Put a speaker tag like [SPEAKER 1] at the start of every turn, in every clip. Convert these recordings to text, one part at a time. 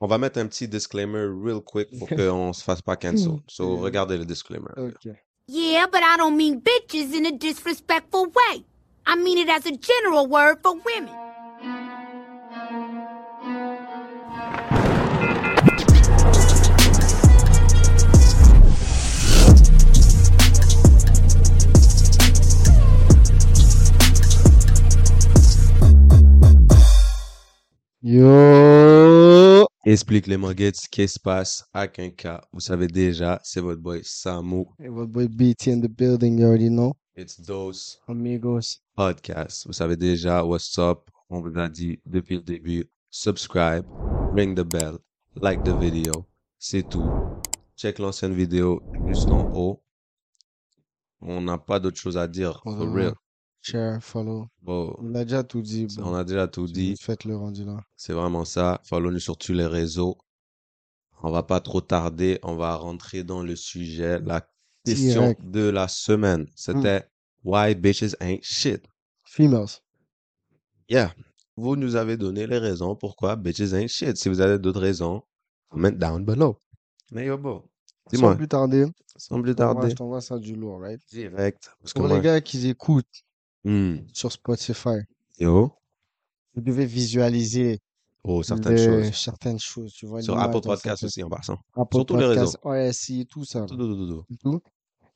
[SPEAKER 1] On va mettre un petit disclaimer real quick pour qu'on se fasse pas cancel. So, regardez le disclaimer.
[SPEAKER 2] OK.
[SPEAKER 3] Yeah, but I don't mean bitches in a disrespectful way. I mean it as a general word for women.
[SPEAKER 2] Yo!
[SPEAKER 1] Explique les Muggets, qu'est-ce qui se passe à Quinca. Vous savez déjà, c'est votre boy Samu.
[SPEAKER 2] Hey, what boy BT in the building, you already know.
[SPEAKER 1] It's Dose
[SPEAKER 2] Amigos.
[SPEAKER 1] Podcast. Vous savez déjà, what's up? On vous a dit depuis le début. Subscribe, ring the bell, like the video. C'est tout. Check l'ancienne vidéo juste en haut. On n'a pas d'autre chose à dire.
[SPEAKER 2] On
[SPEAKER 1] For
[SPEAKER 2] a-
[SPEAKER 1] real.
[SPEAKER 2] Share, follow.
[SPEAKER 1] Bon,
[SPEAKER 2] On a déjà tout dit.
[SPEAKER 1] on a déjà tout dit.
[SPEAKER 2] Faites le rendu là.
[SPEAKER 1] C'est vraiment ça. Follow-nous sur tous les réseaux. On va pas trop tarder. On va rentrer dans le sujet. La question
[SPEAKER 2] Direct. Hum.
[SPEAKER 1] de la semaine, c'était Why bitches ain't shit.
[SPEAKER 2] Females.
[SPEAKER 1] Yeah. Vous nous avez donné les raisons pourquoi bitches ain't shit. Si vous avez d'autres raisons, comment down below. Mais yo, bro,
[SPEAKER 2] Sans
[SPEAKER 1] dis-moi,
[SPEAKER 2] plus tarder,
[SPEAKER 1] sans plus
[SPEAKER 2] moi,
[SPEAKER 1] tarder,
[SPEAKER 2] je t'envoie ça du lourd, right?
[SPEAKER 1] direct. Parce que
[SPEAKER 2] Pour
[SPEAKER 1] moi,
[SPEAKER 2] les gars qui écoutent
[SPEAKER 1] hmm,
[SPEAKER 2] sur Spotify,
[SPEAKER 1] yo,
[SPEAKER 2] vous devez visualiser
[SPEAKER 1] oh, certaines
[SPEAKER 2] le-
[SPEAKER 1] choses.
[SPEAKER 2] certaines choses, tu vois.
[SPEAKER 1] Sur
[SPEAKER 2] l'image
[SPEAKER 1] Apple
[SPEAKER 2] dans
[SPEAKER 1] Podcast
[SPEAKER 2] certaines-
[SPEAKER 1] aussi, en passant.
[SPEAKER 2] Apple
[SPEAKER 1] sur tous les
[SPEAKER 2] Podcast, RSI, tout ça.
[SPEAKER 1] Tout, tout, tout, tout.
[SPEAKER 2] et tout.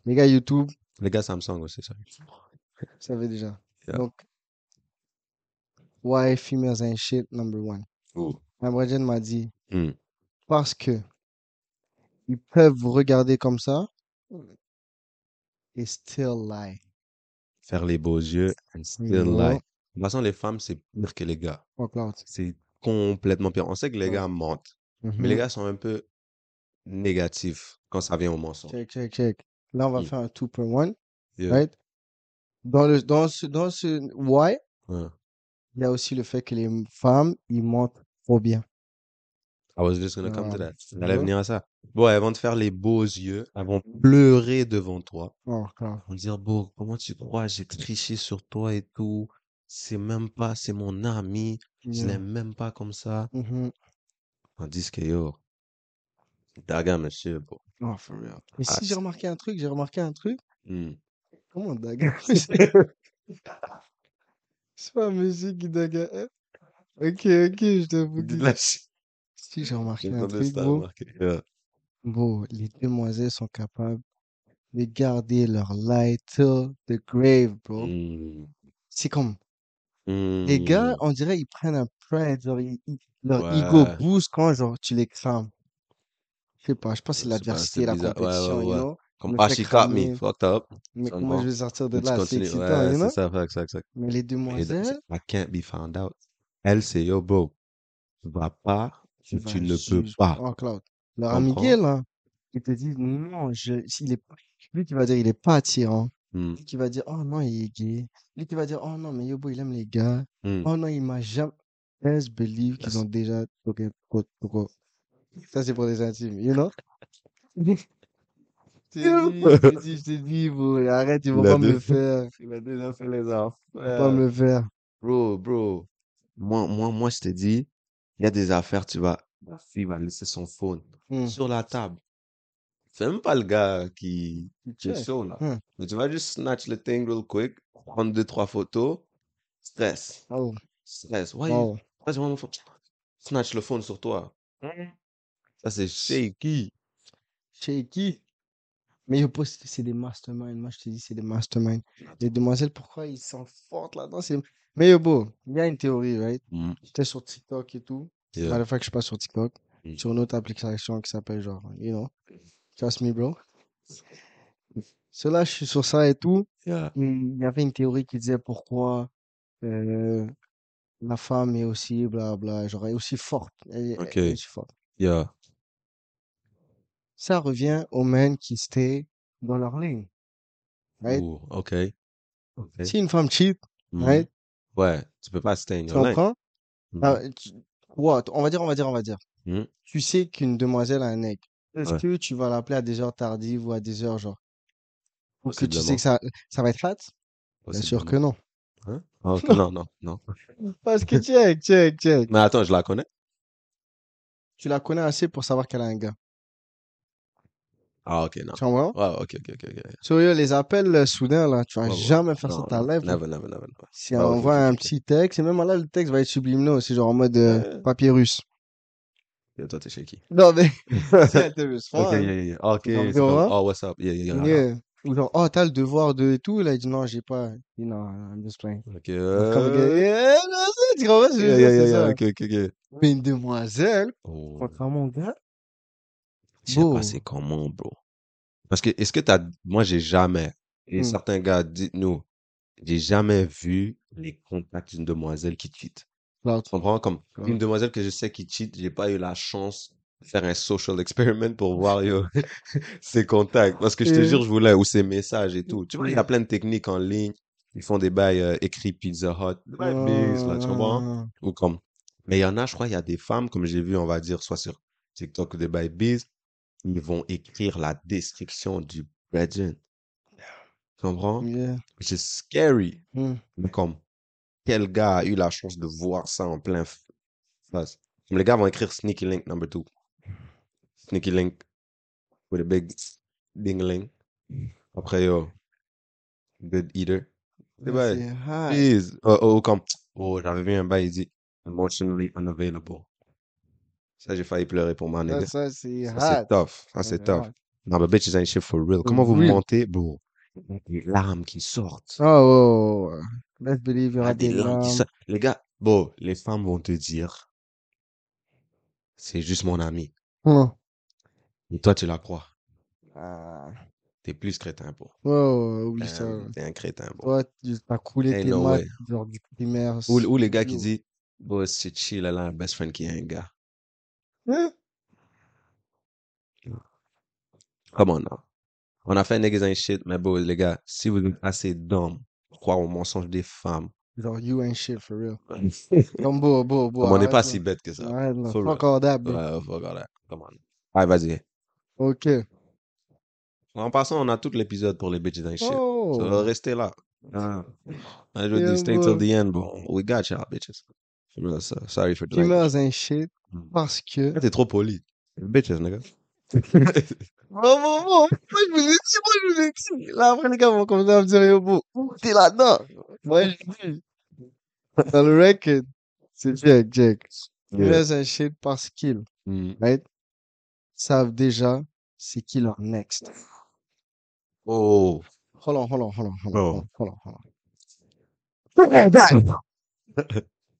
[SPEAKER 2] Les gars YouTube,
[SPEAKER 1] Les gars Samsung aussi, ça.
[SPEAKER 2] vous savez déjà.
[SPEAKER 1] Yeah.
[SPEAKER 2] Donc, why females ain't shit, number one. La Bradienne m'a dit,
[SPEAKER 1] Hmm.
[SPEAKER 2] parce que ils peuvent vous regarder comme ça et still lie.
[SPEAKER 1] Faire les beaux yeux and still
[SPEAKER 2] You know?
[SPEAKER 1] lie. De toute façon, les femmes, c'est pire que les gars.
[SPEAKER 2] Fuck out.
[SPEAKER 1] C'est complètement pire. On sait que les gars mentent,
[SPEAKER 2] Mhm.
[SPEAKER 1] mais
[SPEAKER 2] Mmh.
[SPEAKER 1] les gars sont un peu négatifs quand ça vient au mensonge.
[SPEAKER 2] Check, check, check. Là, on va
[SPEAKER 1] Mm.
[SPEAKER 2] faire un two per one,
[SPEAKER 1] Yeah.
[SPEAKER 2] right? Dans le, dans ce, dans ce why,
[SPEAKER 1] Ouais.
[SPEAKER 2] il y a aussi le fait que les femmes, ils mentent trop bien.
[SPEAKER 1] I was just gonna come to
[SPEAKER 2] Ah,
[SPEAKER 1] that. J'allais
[SPEAKER 2] ouais.
[SPEAKER 1] venir à ça. Bon, elles vont te faire les beaux yeux, elles vont
[SPEAKER 2] Mmh.
[SPEAKER 1] pleurer devant toi.
[SPEAKER 2] Oh, clair.
[SPEAKER 1] Elles vont dire, bon, comment tu crois, j'ai triché sur toi et tout. C'est même pas, c'est mon ami. Je
[SPEAKER 2] Yeah.
[SPEAKER 1] l'aime même pas comme ça.
[SPEAKER 2] Mhm.
[SPEAKER 1] Tandis que yo, Daga, monsieur, bro.
[SPEAKER 2] Oh, for real. Mais
[SPEAKER 1] Ah,
[SPEAKER 2] si j'ai
[SPEAKER 1] c'est-
[SPEAKER 2] remarqué un truc, j'ai remarqué un truc. Oh,
[SPEAKER 1] Hmm.
[SPEAKER 2] Comment Daga? C'est pas monsieur qui Daga. hein? Ok, ok, je te dis. Si j'ai remarqué
[SPEAKER 1] J'ai
[SPEAKER 2] un
[SPEAKER 1] entendu
[SPEAKER 2] truc,
[SPEAKER 1] ça,
[SPEAKER 2] bro.
[SPEAKER 1] remarquez. Yeah.
[SPEAKER 2] Bro, les demoiselles sont capables de garder leur light till the grave, bro.
[SPEAKER 1] Hmm.
[SPEAKER 2] C'est comme,
[SPEAKER 1] Hmm.
[SPEAKER 2] les gars, on dirait, ils prennent un pride, genre, ils- ils- leur
[SPEAKER 1] Ouais.
[SPEAKER 2] ego boost quand, genre, tu les crames. Je sais pas, je pense que c'est
[SPEAKER 1] Je sais pas, c'est
[SPEAKER 2] l'adversité, la
[SPEAKER 1] bizarre. Ouais, ouais,
[SPEAKER 2] compétition, you
[SPEAKER 1] ouais.
[SPEAKER 2] know?
[SPEAKER 1] Comme,
[SPEAKER 2] me
[SPEAKER 1] ah,
[SPEAKER 2] fait
[SPEAKER 1] she caught me,
[SPEAKER 2] cramer.
[SPEAKER 1] fucked up.
[SPEAKER 2] Mais
[SPEAKER 1] Ça me
[SPEAKER 2] comment
[SPEAKER 1] va.
[SPEAKER 2] je vais sortir de
[SPEAKER 1] Et tu
[SPEAKER 2] là? C'est
[SPEAKER 1] continues.
[SPEAKER 2] excitant,
[SPEAKER 1] Ouais,
[SPEAKER 2] you
[SPEAKER 1] c'est
[SPEAKER 2] know?
[SPEAKER 1] ça, fact, fact, fact.
[SPEAKER 2] Mais les
[SPEAKER 1] Et de-
[SPEAKER 2] demoiselles,
[SPEAKER 1] I can't be found out. Elle, c'est yo, bro. Tu vas pas,
[SPEAKER 2] tu
[SPEAKER 1] tu
[SPEAKER 2] vas
[SPEAKER 1] ne peux
[SPEAKER 2] juger-
[SPEAKER 1] pas.
[SPEAKER 2] Oh, Claude. Leur
[SPEAKER 1] Comprends?
[SPEAKER 2] amigué, là, il te dit, non, je, il est, lui qui va dire, il est pas attirant.
[SPEAKER 1] Hmm,
[SPEAKER 2] Lui qui va dire, oh non, il est gay. Lui qui va dire, oh non, mais Yobo, il aime les gars.
[SPEAKER 1] hmm.
[SPEAKER 2] Oh non, il m'a jamais. Let's believe qu'ils
[SPEAKER 1] Yes.
[SPEAKER 2] ont déjà toqué co- toco. Ça, c'est pour les intimes, you know? Je t'ai dit, je t'ai dit, je t'ai dit, bro, arrête, ils vont
[SPEAKER 1] Il a
[SPEAKER 2] pas me le
[SPEAKER 1] deux-
[SPEAKER 2] faire. euh,
[SPEAKER 1] Il a déjà fait les enfants.
[SPEAKER 2] Ils vont pas me le faire.
[SPEAKER 1] Bro, bro. Moi, moi, moi, je te dis, il y a des affaires, tu vas. La fille va laisser son phone
[SPEAKER 2] Hmm.
[SPEAKER 1] sur la table. C'est même pas le gars qui, qui est
[SPEAKER 2] check.
[SPEAKER 1] chaud, là.
[SPEAKER 2] Hmm.
[SPEAKER 1] Mais tu vas juste snatch le thing real quick, prendre deux, trois photos. Stress.
[SPEAKER 2] Oh,
[SPEAKER 1] Stress. Why you
[SPEAKER 2] wow.
[SPEAKER 1] Vas-y, maman, faut- Snatch le phone sur toi. Ça, c'est shaky.
[SPEAKER 2] Shaky. Mais je pense que c'est des masterminds. Moi, je te dis, c'est des masterminds. Les demoiselles, pourquoi ils sont fortes là-dedans? c'est- Mais Yobo, il y a une théorie, right?
[SPEAKER 1] Mm.
[SPEAKER 2] J'étais sur TikTok et tout.
[SPEAKER 1] Yeah.
[SPEAKER 2] Matter of fact, je suis pas sur TikTok.
[SPEAKER 1] Mm.
[SPEAKER 2] Sur une autre application qui s'appelle genre, you know, Trust Me Bro. Cela, je suis sur ça et tout.
[SPEAKER 1] Yeah.
[SPEAKER 2] Et Il y avait une théorie qui disait pourquoi euh, la femme est aussi, bla bla, genre, elle est aussi forte. Elle, elle-
[SPEAKER 1] Ok.
[SPEAKER 2] elle est aussi forte.
[SPEAKER 1] Yeah.
[SPEAKER 2] Ça revient aux men qui stay dans leur ligne. Right?
[SPEAKER 1] Ouh, ok. Ok.
[SPEAKER 2] Si une femme cheat,
[SPEAKER 1] Mm.
[SPEAKER 2] right?
[SPEAKER 1] Ouais, tu peux pas stay in
[SPEAKER 2] Tu
[SPEAKER 1] your lane.
[SPEAKER 2] comprends?
[SPEAKER 1] Mm.
[SPEAKER 2] Ah, tu- quoi, t- On va dire, on va dire, on va dire.
[SPEAKER 1] Mhm.
[SPEAKER 2] Tu sais qu'une demoiselle a un nec. Est-ce
[SPEAKER 1] Ouais.
[SPEAKER 2] que tu vas l'appeler à des heures tardives ou à des heures genre pour que tu sais
[SPEAKER 1] Possiblement.
[SPEAKER 2] que ça, ça va être fat? Bien sûr que non.
[SPEAKER 1] Mm. Possiblement. Hein? Ah, ok, non, non, non.
[SPEAKER 2] Parce que check, check, check.
[SPEAKER 1] Mais attends, je la connais.
[SPEAKER 2] tu la connais assez pour savoir qu'elle a un gars.
[SPEAKER 1] Ah, ok, non.
[SPEAKER 2] Tu vois?
[SPEAKER 1] Ouais, ok, ok, ok. ok.
[SPEAKER 2] So, yo, les appels euh, soudains, là, tu vas
[SPEAKER 1] Ouais, ouais.
[SPEAKER 2] jamais faire ça
[SPEAKER 1] Non,
[SPEAKER 2] de ta
[SPEAKER 1] non,
[SPEAKER 2] live.
[SPEAKER 1] Never, never, never, never.
[SPEAKER 2] Si
[SPEAKER 1] Ah,
[SPEAKER 2] on
[SPEAKER 1] ok,
[SPEAKER 2] envoie
[SPEAKER 1] ok,
[SPEAKER 2] un
[SPEAKER 1] ok.
[SPEAKER 2] petit texte, et même là, le texte va être subliminal, c'est genre en mode euh, papier russe.
[SPEAKER 1] Yeah, toi, t'es chez qui?
[SPEAKER 2] Non, mais c'est un peu russe.
[SPEAKER 1] Ok,
[SPEAKER 2] Ah Ouais.
[SPEAKER 1] yeah, yeah, yeah. Ok,
[SPEAKER 2] Dans le
[SPEAKER 1] c'est comme,
[SPEAKER 2] Dora.
[SPEAKER 1] oh, what's up? Yeah, yeah, yeah.
[SPEAKER 2] Yeah. Ou genre, oh, t'as le devoir de et tout. Là, il dit, non, j'ai pas. Il dit, non, I'm just playing.
[SPEAKER 1] Ok.
[SPEAKER 2] Comme le gars, yeah, non, c'est- tu comprends ce que je veux
[SPEAKER 1] Yeah,
[SPEAKER 2] dire,
[SPEAKER 1] yeah, yeah,
[SPEAKER 2] c'est
[SPEAKER 1] yeah,
[SPEAKER 2] ça.
[SPEAKER 1] ok, ok, ok.
[SPEAKER 2] Mais une demoiselle,
[SPEAKER 1] Oh,
[SPEAKER 2] contrairement au gars,
[SPEAKER 1] je sais
[SPEAKER 2] beau.
[SPEAKER 1] pas c'est comment, bro. Parce que, est-ce que t'as, moi, j'ai jamais, et
[SPEAKER 2] Hmm.
[SPEAKER 1] certains gars, dites-nous, j'ai jamais vu les contacts d'une demoiselle qui cheat.
[SPEAKER 2] Cloud.
[SPEAKER 1] Tu comprends? Comme
[SPEAKER 2] Ouais.
[SPEAKER 1] une demoiselle que je sais qui cheat, j'ai pas eu la chance de faire un social experiment pour voir yo, ses contacts. Parce que je te
[SPEAKER 2] Euh.
[SPEAKER 1] jure, je voulais, ou ses messages et tout. Tu vois, il y a
[SPEAKER 2] Ouais.
[SPEAKER 1] plein de techniques en ligne. Ils font des bails euh, écrits Pizza Hut, des bails mixtes, là, tu comprends? hein?
[SPEAKER 2] Ah.
[SPEAKER 1] Ou comme. Mais il y en a, je crois, il y a des femmes, comme j'ai vu, on va dire, soit sur TikTok ou des bails biz, ils vont écrire la description du pageant. Tu comprends?
[SPEAKER 2] Yeah.
[SPEAKER 1] C'est scary.
[SPEAKER 2] Hmm.
[SPEAKER 1] Mais comme, quel gars a eu la chance de voir ça en plein f- face? Comme les gars vont écrire Sneaky Link number two. Sneaky Link with a big ding ling. Après, yo, good eater. Des bails.
[SPEAKER 2] C'est high.
[SPEAKER 1] Please. Oh, oh, oh, comme, oh, j'avais vu un bail, il dit emotionally unavailable. Ça, j'ai failli pleurer pour m'en
[SPEAKER 2] Ça,
[SPEAKER 1] aider.
[SPEAKER 2] ça, c'est
[SPEAKER 1] Ça, c'est
[SPEAKER 2] hot.
[SPEAKER 1] tough. Ça, c'est tough. Non, mais bitches ain't shit for real.
[SPEAKER 2] For
[SPEAKER 1] Comment vous
[SPEAKER 2] real.
[SPEAKER 1] montez, bro? Il y a Des larmes qui sortent.
[SPEAKER 2] Oh, oh, oh. Let's believe il y
[SPEAKER 1] Ah,
[SPEAKER 2] aura
[SPEAKER 1] des
[SPEAKER 2] des
[SPEAKER 1] langues qui
[SPEAKER 2] larmes.
[SPEAKER 1] sa- Les gars, bon, les femmes vont te dire, c'est juste mon ami.
[SPEAKER 2] Hum.
[SPEAKER 1] Et toi, tu la crois.
[SPEAKER 2] Ah.
[SPEAKER 1] T'es plus crétin, bro.
[SPEAKER 2] Oh, oublie ça.
[SPEAKER 1] Damn, T'es un crétin, bro.
[SPEAKER 2] Toi, tu t'as coulé
[SPEAKER 1] Ain't
[SPEAKER 2] tes
[SPEAKER 1] no
[SPEAKER 2] maths,
[SPEAKER 1] way.
[SPEAKER 2] genre du primaire.
[SPEAKER 1] Ou, ou les gars qui
[SPEAKER 2] yo.
[SPEAKER 1] disent, bon, c'est chill, elle a un best friend qui est un gars.
[SPEAKER 2] Hein?
[SPEAKER 1] Come on, now. On a fait niggas ain't shit, mais bon, les gars, si vous êtes assez dumb pour croire aux mensonges des femmes,
[SPEAKER 2] Genre, you ain't shit, for real.
[SPEAKER 1] comme
[SPEAKER 2] Comme beau, beau, beau.
[SPEAKER 1] on n'est pas
[SPEAKER 2] arrête,
[SPEAKER 1] si
[SPEAKER 2] là.
[SPEAKER 1] bête que ça.
[SPEAKER 2] Arrête, là.
[SPEAKER 1] For
[SPEAKER 2] Fuck all that,
[SPEAKER 1] Ouais,
[SPEAKER 2] bro.
[SPEAKER 1] fuck all that. Come on. Allez, vas-y.
[SPEAKER 2] Ok.
[SPEAKER 1] En passant, on a tout l'épisode pour les bitches ain't shit.
[SPEAKER 2] Oh. Ah.
[SPEAKER 1] So, restez là. I would
[SPEAKER 2] Yeah,
[SPEAKER 1] do stay till
[SPEAKER 2] boy.
[SPEAKER 1] the end, bro. We got y'all, bitches. For real, so, sorry for
[SPEAKER 2] Tu
[SPEAKER 1] doing that.
[SPEAKER 2] meurs un shit
[SPEAKER 1] Mm.
[SPEAKER 2] parce que.
[SPEAKER 1] T'es trop poli. Bitches, nigga.
[SPEAKER 2] Bon, bon, bon. Moi, oh, je vous ai dit, moi, je vous ai dit. Là, après, les gars vont commencer à me dire, yo, beau, t'es là-dedans. Moi, je dis. Dans le record, c'est Jack, Jack. Tu
[SPEAKER 1] Yeah.
[SPEAKER 2] meurs un shit parce qu'ils
[SPEAKER 1] Mm.
[SPEAKER 2] savent déjà c'est qui leur next.
[SPEAKER 1] Oh.
[SPEAKER 2] Hold on, hold on, hold on, hold
[SPEAKER 1] Bro.
[SPEAKER 2] on, hold on, hold on.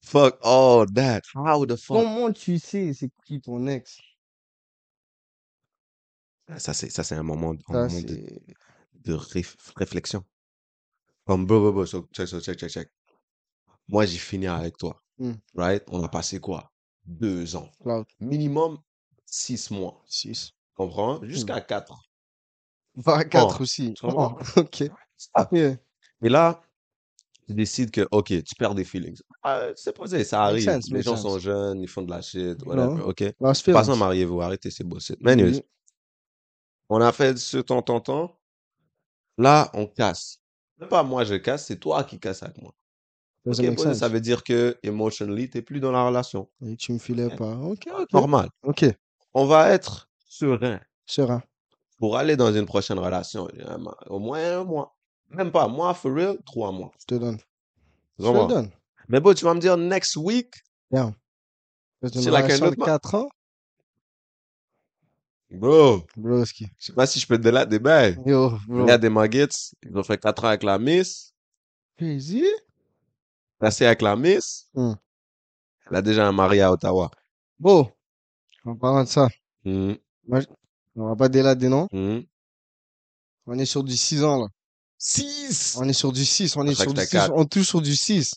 [SPEAKER 1] Fuck all that. How the fuck?
[SPEAKER 2] Comment tu sais c'est qui ton ex?
[SPEAKER 1] Ça, c'est, ça, c'est un moment, un
[SPEAKER 2] Ça,
[SPEAKER 1] moment de,
[SPEAKER 2] c'est...
[SPEAKER 1] de réf- réflexion. Comme, bro, bro, bro, so, check, so, check, check, check. Moi, j'ai fini avec toi.
[SPEAKER 2] Mm.
[SPEAKER 1] Right? On a passé quoi? Deux ans.
[SPEAKER 2] Cloud.
[SPEAKER 1] Minimum six mois.
[SPEAKER 2] 6.
[SPEAKER 1] Comprends?
[SPEAKER 2] Hmm.
[SPEAKER 1] Jusqu'à quatre ans.
[SPEAKER 2] Pas 4
[SPEAKER 1] Oh,
[SPEAKER 2] aussi.
[SPEAKER 1] tu comprends?
[SPEAKER 2] Oh, ok.
[SPEAKER 1] Ah.
[SPEAKER 2] Yeah.
[SPEAKER 1] Et là, tu décides que, ok, tu perds des feelings. Euh, c'est posé, ça
[SPEAKER 2] Makes
[SPEAKER 1] arrive.
[SPEAKER 2] sense,
[SPEAKER 1] Les
[SPEAKER 2] makes
[SPEAKER 1] gens
[SPEAKER 2] sense.
[SPEAKER 1] sont jeunes, ils font de la shit, whatever,
[SPEAKER 2] Non.
[SPEAKER 1] ok.
[SPEAKER 2] Last
[SPEAKER 1] Passons,
[SPEAKER 2] feelings.
[SPEAKER 1] mariez-vous, arrêtez ces bullshit. Mais anyways,
[SPEAKER 2] Mhm. Hmm.
[SPEAKER 1] on a fait ce temps, temps, temps. Là, on casse. Même pas moi, je casse, c'est toi qui casses avec moi.
[SPEAKER 2] Doesn't
[SPEAKER 1] Ok,
[SPEAKER 2] make
[SPEAKER 1] posé, ça
[SPEAKER 2] sense.
[SPEAKER 1] veut dire que, emotionally, t'es plus dans la relation.
[SPEAKER 2] Et tu me filais pas. Ok, Eh, ok.
[SPEAKER 1] Normal.
[SPEAKER 2] Ok.
[SPEAKER 1] On va être serein
[SPEAKER 2] Serein.
[SPEAKER 1] pour aller dans une prochaine relation. généralement. Au moins un mois. Même pas, moi, for real, trois mois.
[SPEAKER 2] Je te donne. Je
[SPEAKER 1] Vraiment.
[SPEAKER 2] te donne.
[SPEAKER 1] Mais bon, tu vas me dire, next week,
[SPEAKER 2] Parce
[SPEAKER 1] C'est
[SPEAKER 2] une
[SPEAKER 1] laquelle
[SPEAKER 2] relation de
[SPEAKER 1] l'autre, moi?
[SPEAKER 2] 4 ans.
[SPEAKER 1] bro,
[SPEAKER 2] Broski.
[SPEAKER 1] je sais pas si je peux te donner des bails.
[SPEAKER 2] Yo, bro.
[SPEAKER 1] Il y a des Muggets, ils ont fait 4 ans avec la Miss,
[SPEAKER 2] Crazy.
[SPEAKER 1] passé avec la Miss.
[SPEAKER 2] Hmm.
[SPEAKER 1] Elle a déjà un mari à Ottawa.
[SPEAKER 2] Bon. En parlant de ça,
[SPEAKER 1] Hmm,
[SPEAKER 2] on va pas délader, non?
[SPEAKER 1] hmm.
[SPEAKER 2] On est sur du 6 ans, là.
[SPEAKER 1] 6!
[SPEAKER 2] On est sur du 6. On est
[SPEAKER 1] Je crois
[SPEAKER 2] sur
[SPEAKER 1] que
[SPEAKER 2] du
[SPEAKER 1] t'as
[SPEAKER 2] 6.
[SPEAKER 1] quatre.
[SPEAKER 2] On touche sur du 6.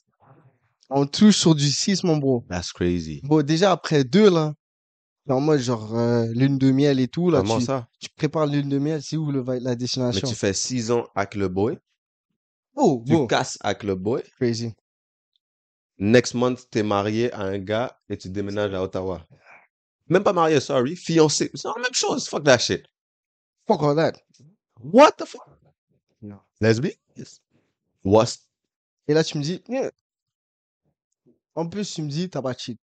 [SPEAKER 2] On touche sur du 6, mon bro.
[SPEAKER 1] That's crazy.
[SPEAKER 2] Bon, déjà après deux, là, t'es en mode genre euh, lune de miel et tout, là,
[SPEAKER 1] Comment
[SPEAKER 2] tu,
[SPEAKER 1] ça?
[SPEAKER 2] tu prépares lune de miel, c'est où le, va- la
[SPEAKER 1] Mais
[SPEAKER 2] destination?
[SPEAKER 1] tu fais 6 ans avec le boy,
[SPEAKER 2] Oh,
[SPEAKER 1] tu
[SPEAKER 2] bon,
[SPEAKER 1] casses avec le boy.
[SPEAKER 2] crazy.
[SPEAKER 1] Next month, t'es marié à un gars et tu déménages à Ottawa. Même pas marié, sorry, fiancé. C'est la même chose. Fuck that shit.
[SPEAKER 2] Fuck all that.
[SPEAKER 1] What the fuck?
[SPEAKER 2] Non.
[SPEAKER 1] Lesbian? Yes. What's
[SPEAKER 2] Et là, tu me dis, Yeah. en plus, tu me dis, t'as pas cheat.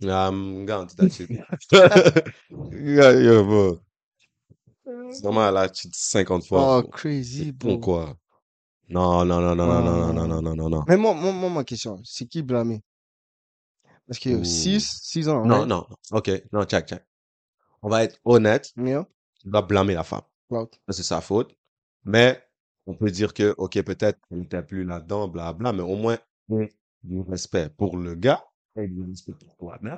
[SPEAKER 1] I'm gone to that shit. yeah, yeah, bro. C'est normal, là, tu dis 50 fois.
[SPEAKER 2] Oh, crazy, bro.
[SPEAKER 1] Pourquoi? Non, non, non, non, non, non, non,
[SPEAKER 2] Ah.
[SPEAKER 1] non, non, non, non.
[SPEAKER 2] Mais moi, moi, moi, ma question, c'est qui blâmer? Parce qu'il y a
[SPEAKER 1] Ouh.
[SPEAKER 2] 6, 6 ans.
[SPEAKER 1] Non,
[SPEAKER 2] right?
[SPEAKER 1] non, non. OK, non, check, check. On va être honnête,
[SPEAKER 2] Yeah,
[SPEAKER 1] on va blâmer la femme.
[SPEAKER 2] wow.
[SPEAKER 1] Ça, c'est sa faute. Mais on peut dire que, OK, peut-être on n'était plus là-dedans, blabla, mais au moins, il y a du respect pour le gars et du respect pour toi. Mais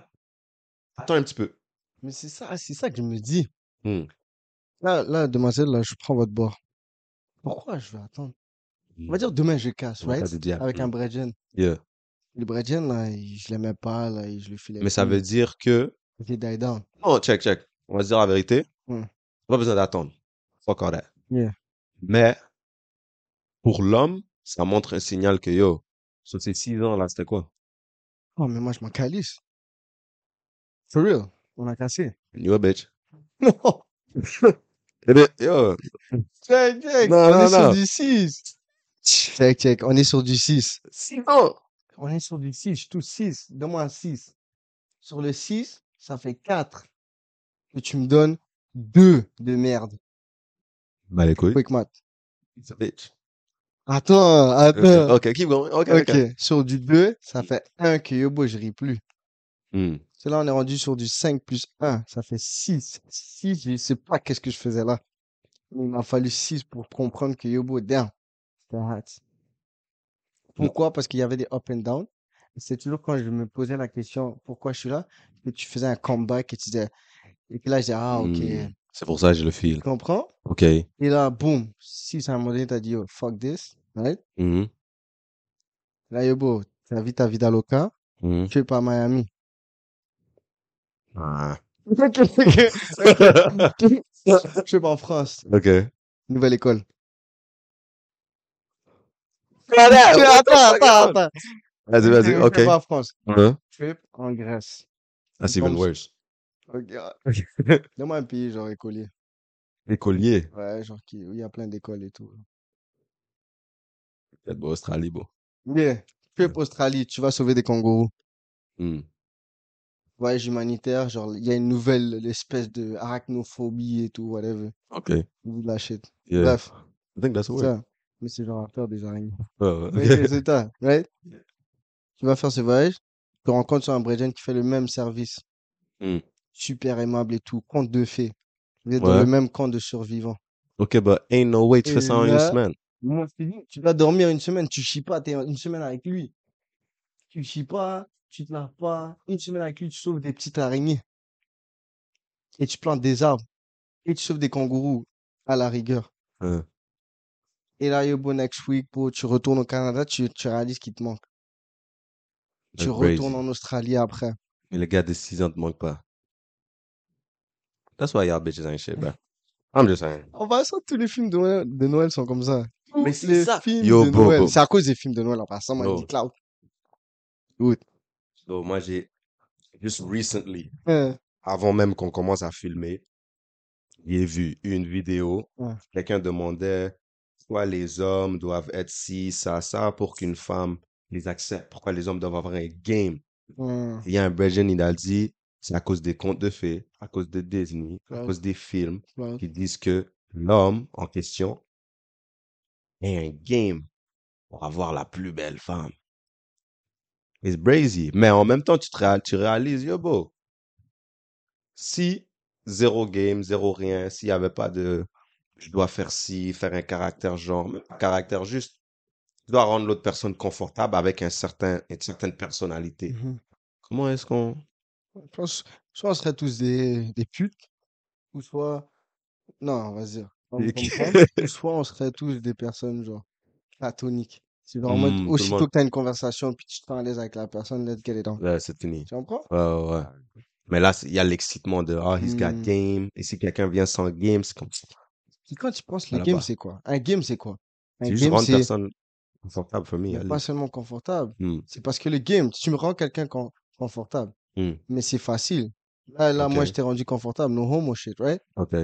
[SPEAKER 1] attends un petit peu.
[SPEAKER 2] Mais c'est ça, c'est ça que je me dis.
[SPEAKER 1] Hmm.
[SPEAKER 2] Là, là, demoiselle, là, je prends votre bord. Pourquoi je vais attendre? On va dire demain, je casse,
[SPEAKER 1] Ouais,
[SPEAKER 2] right?
[SPEAKER 1] t'as dit, ah,
[SPEAKER 2] Avec
[SPEAKER 1] hmm.
[SPEAKER 2] un Bredgen.
[SPEAKER 1] Yeah.
[SPEAKER 2] Le Bredgen, là, il- je l'aimais pas, là, il- je le filais.
[SPEAKER 1] Mais ça
[SPEAKER 2] plus.
[SPEAKER 1] veut dire que...
[SPEAKER 2] Il est die down.
[SPEAKER 1] Non, check, check. On va se dire la vérité.
[SPEAKER 2] Hmm.
[SPEAKER 1] Pas besoin d'attendre. Fuck all that.
[SPEAKER 2] Yeah.
[SPEAKER 1] Mais pour l'homme, ça montre un signal que, yo, sur ces six ans, là, c'était quoi?
[SPEAKER 2] Oh, mais moi, je m'en calisse. For real. On a cassé.
[SPEAKER 1] You a bitch.
[SPEAKER 2] Non.
[SPEAKER 1] Eh ben, yo,
[SPEAKER 2] Check, check.
[SPEAKER 1] Non,
[SPEAKER 2] on
[SPEAKER 1] non,
[SPEAKER 2] est sur
[SPEAKER 1] non.
[SPEAKER 2] du 6. Check, check. On est sur du 6.
[SPEAKER 1] Sinon,
[SPEAKER 2] On est sur du 6. Je touche 6. Donne-moi un 6. Sur le 6, ça fait 4. Que tu me donnes 2 de merde.
[SPEAKER 1] Bah, les couilles.
[SPEAKER 2] Quick math.
[SPEAKER 1] It's a bitch.
[SPEAKER 2] Attends, attends.
[SPEAKER 1] Euh, Ok, keep going. Ok,
[SPEAKER 2] Euh, Ok.
[SPEAKER 1] ok.
[SPEAKER 2] Sur du 2, ça fait 1 que Yobo, je ris plus.
[SPEAKER 1] Hmm.
[SPEAKER 2] C'est là, on est rendu sur du 5 plus 1. Ça fait 6. 6, je sais pas qu'est-ce que je faisais là. Mais il m'a fallu 6 pour comprendre que Yobo, down. C'était hot. Pourquoi? Parce qu'il y avait des up and down. Et C'est toujours quand je me posais la question, pourquoi je suis là? Que tu faisais un comeback et tu disais, et que là, je disais, ah, ok.
[SPEAKER 1] Hmm. C'est pour ça que je le file.
[SPEAKER 2] Tu comprends?
[SPEAKER 1] Ok.
[SPEAKER 2] Et là, boum. 6 à un moment donné, t'as dit, yo, fuck this. Right?
[SPEAKER 1] Hmm.
[SPEAKER 2] Là, Yobo, t'as vu ta vie d'Aloca.
[SPEAKER 1] Hmm.
[SPEAKER 2] Tu es pas à Miami.
[SPEAKER 1] Ah.
[SPEAKER 2] Je suis pas en France.
[SPEAKER 1] ok.
[SPEAKER 2] Nouvelle école.
[SPEAKER 1] Vas-y, Ah,
[SPEAKER 2] Mais Ah, attends, attends, attends.
[SPEAKER 1] vas-y.
[SPEAKER 2] Je
[SPEAKER 1] Ok.
[SPEAKER 2] vais pas en France.
[SPEAKER 1] Hein?
[SPEAKER 2] Trip en Grèce.
[SPEAKER 1] That's even worse.
[SPEAKER 2] Ok. Donne-moi un pays, genre écolier.
[SPEAKER 1] Écolier.
[SPEAKER 2] Ouais, genre qui, où il y a plein d'écoles et tout.
[SPEAKER 1] Peut-être bon, Australie, bon.
[SPEAKER 2] Yeah. Trip Australie, tu vas sauver des kangourous.
[SPEAKER 1] Hmm.
[SPEAKER 2] Voyage humanitaire, genre, il y a une nouvelle espèce de arachnophobie et tout, whatever.
[SPEAKER 1] Ok.
[SPEAKER 2] Ou de la shit.
[SPEAKER 1] Yeah.
[SPEAKER 2] Bref,
[SPEAKER 1] I think that's a word.
[SPEAKER 2] Bah, ça. Mais c'est genre à faire des araignées.
[SPEAKER 1] Oh,
[SPEAKER 2] Mais
[SPEAKER 1] ok.
[SPEAKER 2] c'est c'est ça, right? Tu vas faire ce voyage, tu rencontres sur un Brésilien qui fait le même service.
[SPEAKER 1] Hmm.
[SPEAKER 2] Super aimable et tout, compte de fées. Vous êtes dans
[SPEAKER 1] Ouais.
[SPEAKER 2] le même camp de survivants.
[SPEAKER 1] Ok, but ain't no way tu fais ça en une
[SPEAKER 2] Là-
[SPEAKER 1] semaine.
[SPEAKER 2] Moi, je te dis, tu vas dormir une semaine, tu chies pas, t'es une semaine avec lui. Tu chies pas, tu te laves pas. Une semaine avec lui, tu sauves des petites araignées. Et tu plantes des arbres. Et tu sauves des kangourous, à la rigueur.
[SPEAKER 1] Hein.
[SPEAKER 2] Et là, yo, bon, next week, bro, tu retournes au Canada, tu, tu réalises qu'il te manque. Tu
[SPEAKER 1] That's
[SPEAKER 2] retournes
[SPEAKER 1] crazy.
[SPEAKER 2] en Australie après.
[SPEAKER 1] Mais les gars de 6 ans te manquent pas. That's why y'all bitches ain't shit, bro. I'm just saying.
[SPEAKER 2] On va ça, tous les films de Noël, de Noël sont comme ça.
[SPEAKER 1] Mais
[SPEAKER 2] Tous
[SPEAKER 1] c'est
[SPEAKER 2] les
[SPEAKER 1] ça.
[SPEAKER 2] films
[SPEAKER 1] Yo,
[SPEAKER 2] de
[SPEAKER 1] bro,
[SPEAKER 2] Noël.
[SPEAKER 1] bro.
[SPEAKER 2] C'est à cause des films de Noël, en passant, moi,
[SPEAKER 1] Bro.
[SPEAKER 2] dit Cloud.
[SPEAKER 1] Donc, moi, j'ai, just recently,
[SPEAKER 2] Hein.
[SPEAKER 1] avant même qu'on commence à filmer, j'ai vu une vidéo.
[SPEAKER 2] Ouais.
[SPEAKER 1] Quelqu'un demandait pourquoi les hommes doivent être ci, ça, ça, pour qu'une femme les accepte. Pourquoi les hommes doivent avoir un game.
[SPEAKER 2] Hein.
[SPEAKER 1] Il y a un Belgian, il a dit, c'est à cause des contes de fées, à cause de Disney, à
[SPEAKER 2] Ouais.
[SPEAKER 1] cause des films,
[SPEAKER 2] Cloud.
[SPEAKER 1] qui disent que l'homme en question est un game pour avoir la plus belle femme. It's brazy. Mais en même temps, tu, te réal- tu réalises, yo, beau. Si zéro game, zéro rien, s'il n'y avait pas de je dois faire ci, faire un caractère genre, même pas caractère juste, tu dois rendre l'autre personne confortable avec un certain, une certaine personnalité.
[SPEAKER 2] Mhm.
[SPEAKER 1] Comment est-ce qu'on.
[SPEAKER 2] Je pense, soit on serait tous des, des putes, ou soit, non, vas-y, on va
[SPEAKER 1] Des-
[SPEAKER 2] comprendre, ou soit on serait tous des personnes, genre, platoniques. C'est genre en mode,
[SPEAKER 1] Hmm, tout le
[SPEAKER 2] aussitôt
[SPEAKER 1] monde.
[SPEAKER 2] que t'as une conversation, puis tu te sens à l'aise avec la personne, let's get it on.
[SPEAKER 1] Là, c'est fini.
[SPEAKER 2] Tu comprends?
[SPEAKER 1] Ouais, ouais, ouais. Mais là, c'est- il y a l'excitement de Ah, he's got
[SPEAKER 2] Hmm.
[SPEAKER 1] game. Et si quelqu'un vient sans game, c'est comme
[SPEAKER 2] Puis quand tu penses, le
[SPEAKER 1] Voilà
[SPEAKER 2] game,
[SPEAKER 1] pas.
[SPEAKER 2] c'est quoi? Un game, c'est quoi? Un
[SPEAKER 1] Ah C'est juste
[SPEAKER 2] Ben, game,
[SPEAKER 1] rendre
[SPEAKER 2] c'est
[SPEAKER 1] personne confortable, famille.
[SPEAKER 2] mais
[SPEAKER 1] allez.
[SPEAKER 2] pas seulement confortable.
[SPEAKER 1] Hmm.
[SPEAKER 2] C'est parce que le game, tu me rends quelqu'un con- confortable.
[SPEAKER 1] Hmm.
[SPEAKER 2] Mais c'est facile. Là, là, moi,
[SPEAKER 1] Ok.
[SPEAKER 2] je t'ai rendu confortable. No homo shit, right?
[SPEAKER 1] Ok.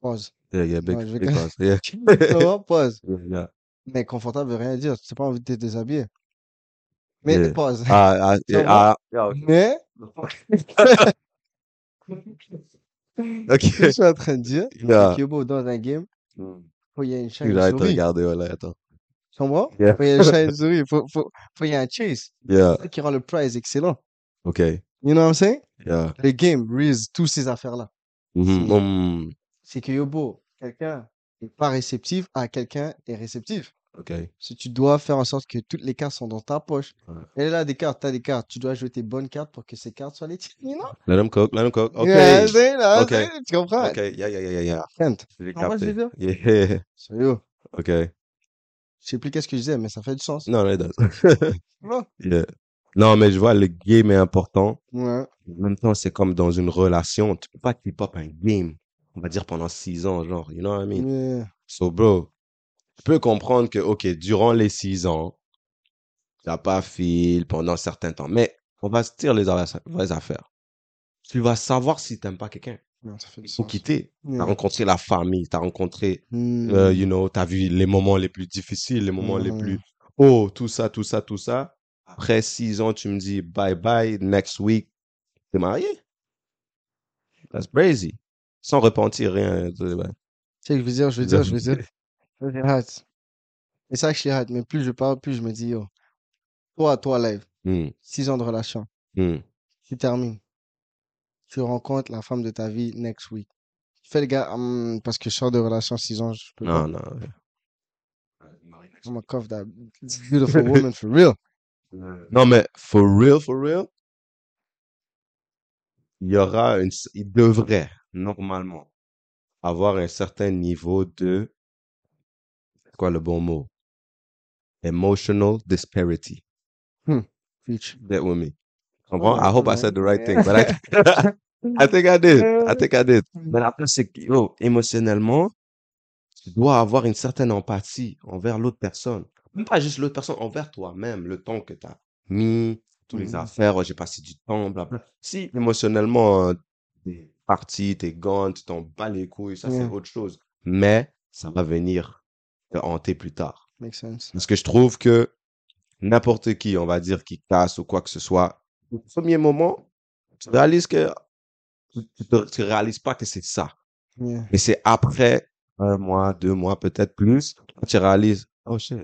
[SPEAKER 2] Pause.
[SPEAKER 1] Yeah, yeah, big,
[SPEAKER 2] Ouais, je vais
[SPEAKER 1] big
[SPEAKER 2] quand-
[SPEAKER 1] pause. Yeah.
[SPEAKER 2] Ça va? Pause.
[SPEAKER 1] Yeah.
[SPEAKER 2] Mais confortable veut rien dire. Tu n'as pas envie de te déshabiller. Mais
[SPEAKER 1] Yeah.
[SPEAKER 2] pause.
[SPEAKER 1] Ah, ah,
[SPEAKER 2] Ça
[SPEAKER 1] yeah,
[SPEAKER 2] va?
[SPEAKER 1] ah, yeah, ok.
[SPEAKER 2] Mais Je
[SPEAKER 1] OK.
[SPEAKER 2] suis en train de dire
[SPEAKER 1] Yeah.
[SPEAKER 2] que Yobo, dans un game, faut il y a une chaîne de
[SPEAKER 1] J'arrête de
[SPEAKER 2] souris.
[SPEAKER 1] regarder, voilà, attends.
[SPEAKER 2] Tu comprends?
[SPEAKER 1] Yeah.
[SPEAKER 2] Faut il y a une chaîne de souris. Faut, faut, faut il y a un chase.
[SPEAKER 1] Yeah.
[SPEAKER 2] C'est ça qui rend le prize excellent.
[SPEAKER 1] OK.
[SPEAKER 2] You know what I'm saying?
[SPEAKER 1] Yeah.
[SPEAKER 2] Le game Reels, tous ces affaires-là.
[SPEAKER 1] Mhm.
[SPEAKER 2] C'est-
[SPEAKER 1] Mm.
[SPEAKER 2] C'est que Yobo, quelqu'un n'est pas réceptif à quelqu'un est réceptif.
[SPEAKER 1] OK.
[SPEAKER 2] Si tu dois faire en sorte que toutes les cartes sont dans ta poche.
[SPEAKER 1] Ouais.
[SPEAKER 2] Elle est là, des cartes, t'as des cartes. Tu dois jouer tes bonnes cartes pour que ces cartes soient les tiennes. You know?
[SPEAKER 1] Let him cook, let him cook. OK.
[SPEAKER 2] Yeah, c'est là,
[SPEAKER 1] Ok.
[SPEAKER 2] c'est- Tu comprends?
[SPEAKER 1] OK. Yeah, yeah, yeah, yeah, yeah.
[SPEAKER 2] Friend,
[SPEAKER 1] J'ai
[SPEAKER 2] Comprends ce que
[SPEAKER 1] capté.
[SPEAKER 2] je veux
[SPEAKER 1] Yeah.
[SPEAKER 2] Sérieux.
[SPEAKER 1] OK.
[SPEAKER 2] Je sais plus qu'est-ce que je disais, mais ça fait du sens. Oh!
[SPEAKER 1] Non, it does. Mmh.
[SPEAKER 2] Voilà.
[SPEAKER 1] Yeah. Non, mais je vois, le game est important.
[SPEAKER 2] Ouais.
[SPEAKER 1] En même temps, c'est comme dans une relation. Tu peux pas keep up un game, on va dire pendant six ans, genre. You know what I mean?
[SPEAKER 2] Yeah.
[SPEAKER 1] So, bro, je peux comprendre que, OK, durant les six ans, t'as pas fil pendant certains temps, mais on va se dire les vraies vraies affaires. Tu vas savoir si t'aimes pas quelqu'un.
[SPEAKER 2] Non, ça fait du
[SPEAKER 1] Il faut
[SPEAKER 2] sens.
[SPEAKER 1] quitter. T'as
[SPEAKER 2] Yeah.
[SPEAKER 1] rencontré la famille, t'as rencontré,
[SPEAKER 2] Hmm.
[SPEAKER 1] euh, you know, t'as vu les moments les plus difficiles, les moments les
[SPEAKER 2] Mhm.
[SPEAKER 1] plus, oh, tout ça, tout ça, tout ça. Après six ans, tu me dis bye bye, next week, t'es marié. That's crazy. Sans repentir, rien. euh, ouais.
[SPEAKER 2] Tu sais, je veux dire, je veux dire, je veux dire. Ça, J'ai hâte. Et ça, que j'ai hâte. Mais plus je parle, plus je me dis, yo, toi, toi, live,
[SPEAKER 1] Hmm,
[SPEAKER 2] six ans de relation,
[SPEAKER 1] hmm.
[SPEAKER 2] tu termines. Tu rencontres la femme de ta vie next week. Tu fais le gars, hum, parce que je sors de relation six ans, je peux
[SPEAKER 1] Non,
[SPEAKER 2] pas.
[SPEAKER 1] non.
[SPEAKER 2] I'm gonna cuff that beautiful woman for real.
[SPEAKER 1] Non, mais for real, for real, il y aura une, s- il devrait, normalement, avoir un certain niveau de, c'est quoi le bon mot? Emotional disparity.
[SPEAKER 2] Preach.
[SPEAKER 1] That with me. Comprends?
[SPEAKER 2] Ouais,
[SPEAKER 1] I hope I
[SPEAKER 2] ouais.
[SPEAKER 1] said the right thing, but I, I think I did. I think I did. Mais après, c'est que, yo, émotionnellement, tu dois avoir une certaine empathie envers l'autre personne. Même pas juste l'autre personne, envers toi-même, le temps que tu as mis, toutes les
[SPEAKER 2] Mhm.
[SPEAKER 1] affaires, oh, j'ai passé du temps, blablabla. Si émotionnellement, euh, t'es parti, t'es gone, tu t'en bats les couilles, ça c'est
[SPEAKER 2] Ouais.
[SPEAKER 1] autre chose. Mais ça va venir te hanter plus tard.
[SPEAKER 2] Makes sense.
[SPEAKER 1] Parce que je trouve que n'importe qui, on va dire, qui casse ou quoi que ce soit, au premier moment, tu réalises que tu, tu te- tu réalises pas que c'est ça.
[SPEAKER 2] Yeah.
[SPEAKER 1] Mais c'est après un mois, deux mois, peut-être plus, quand tu réalises, oh shit,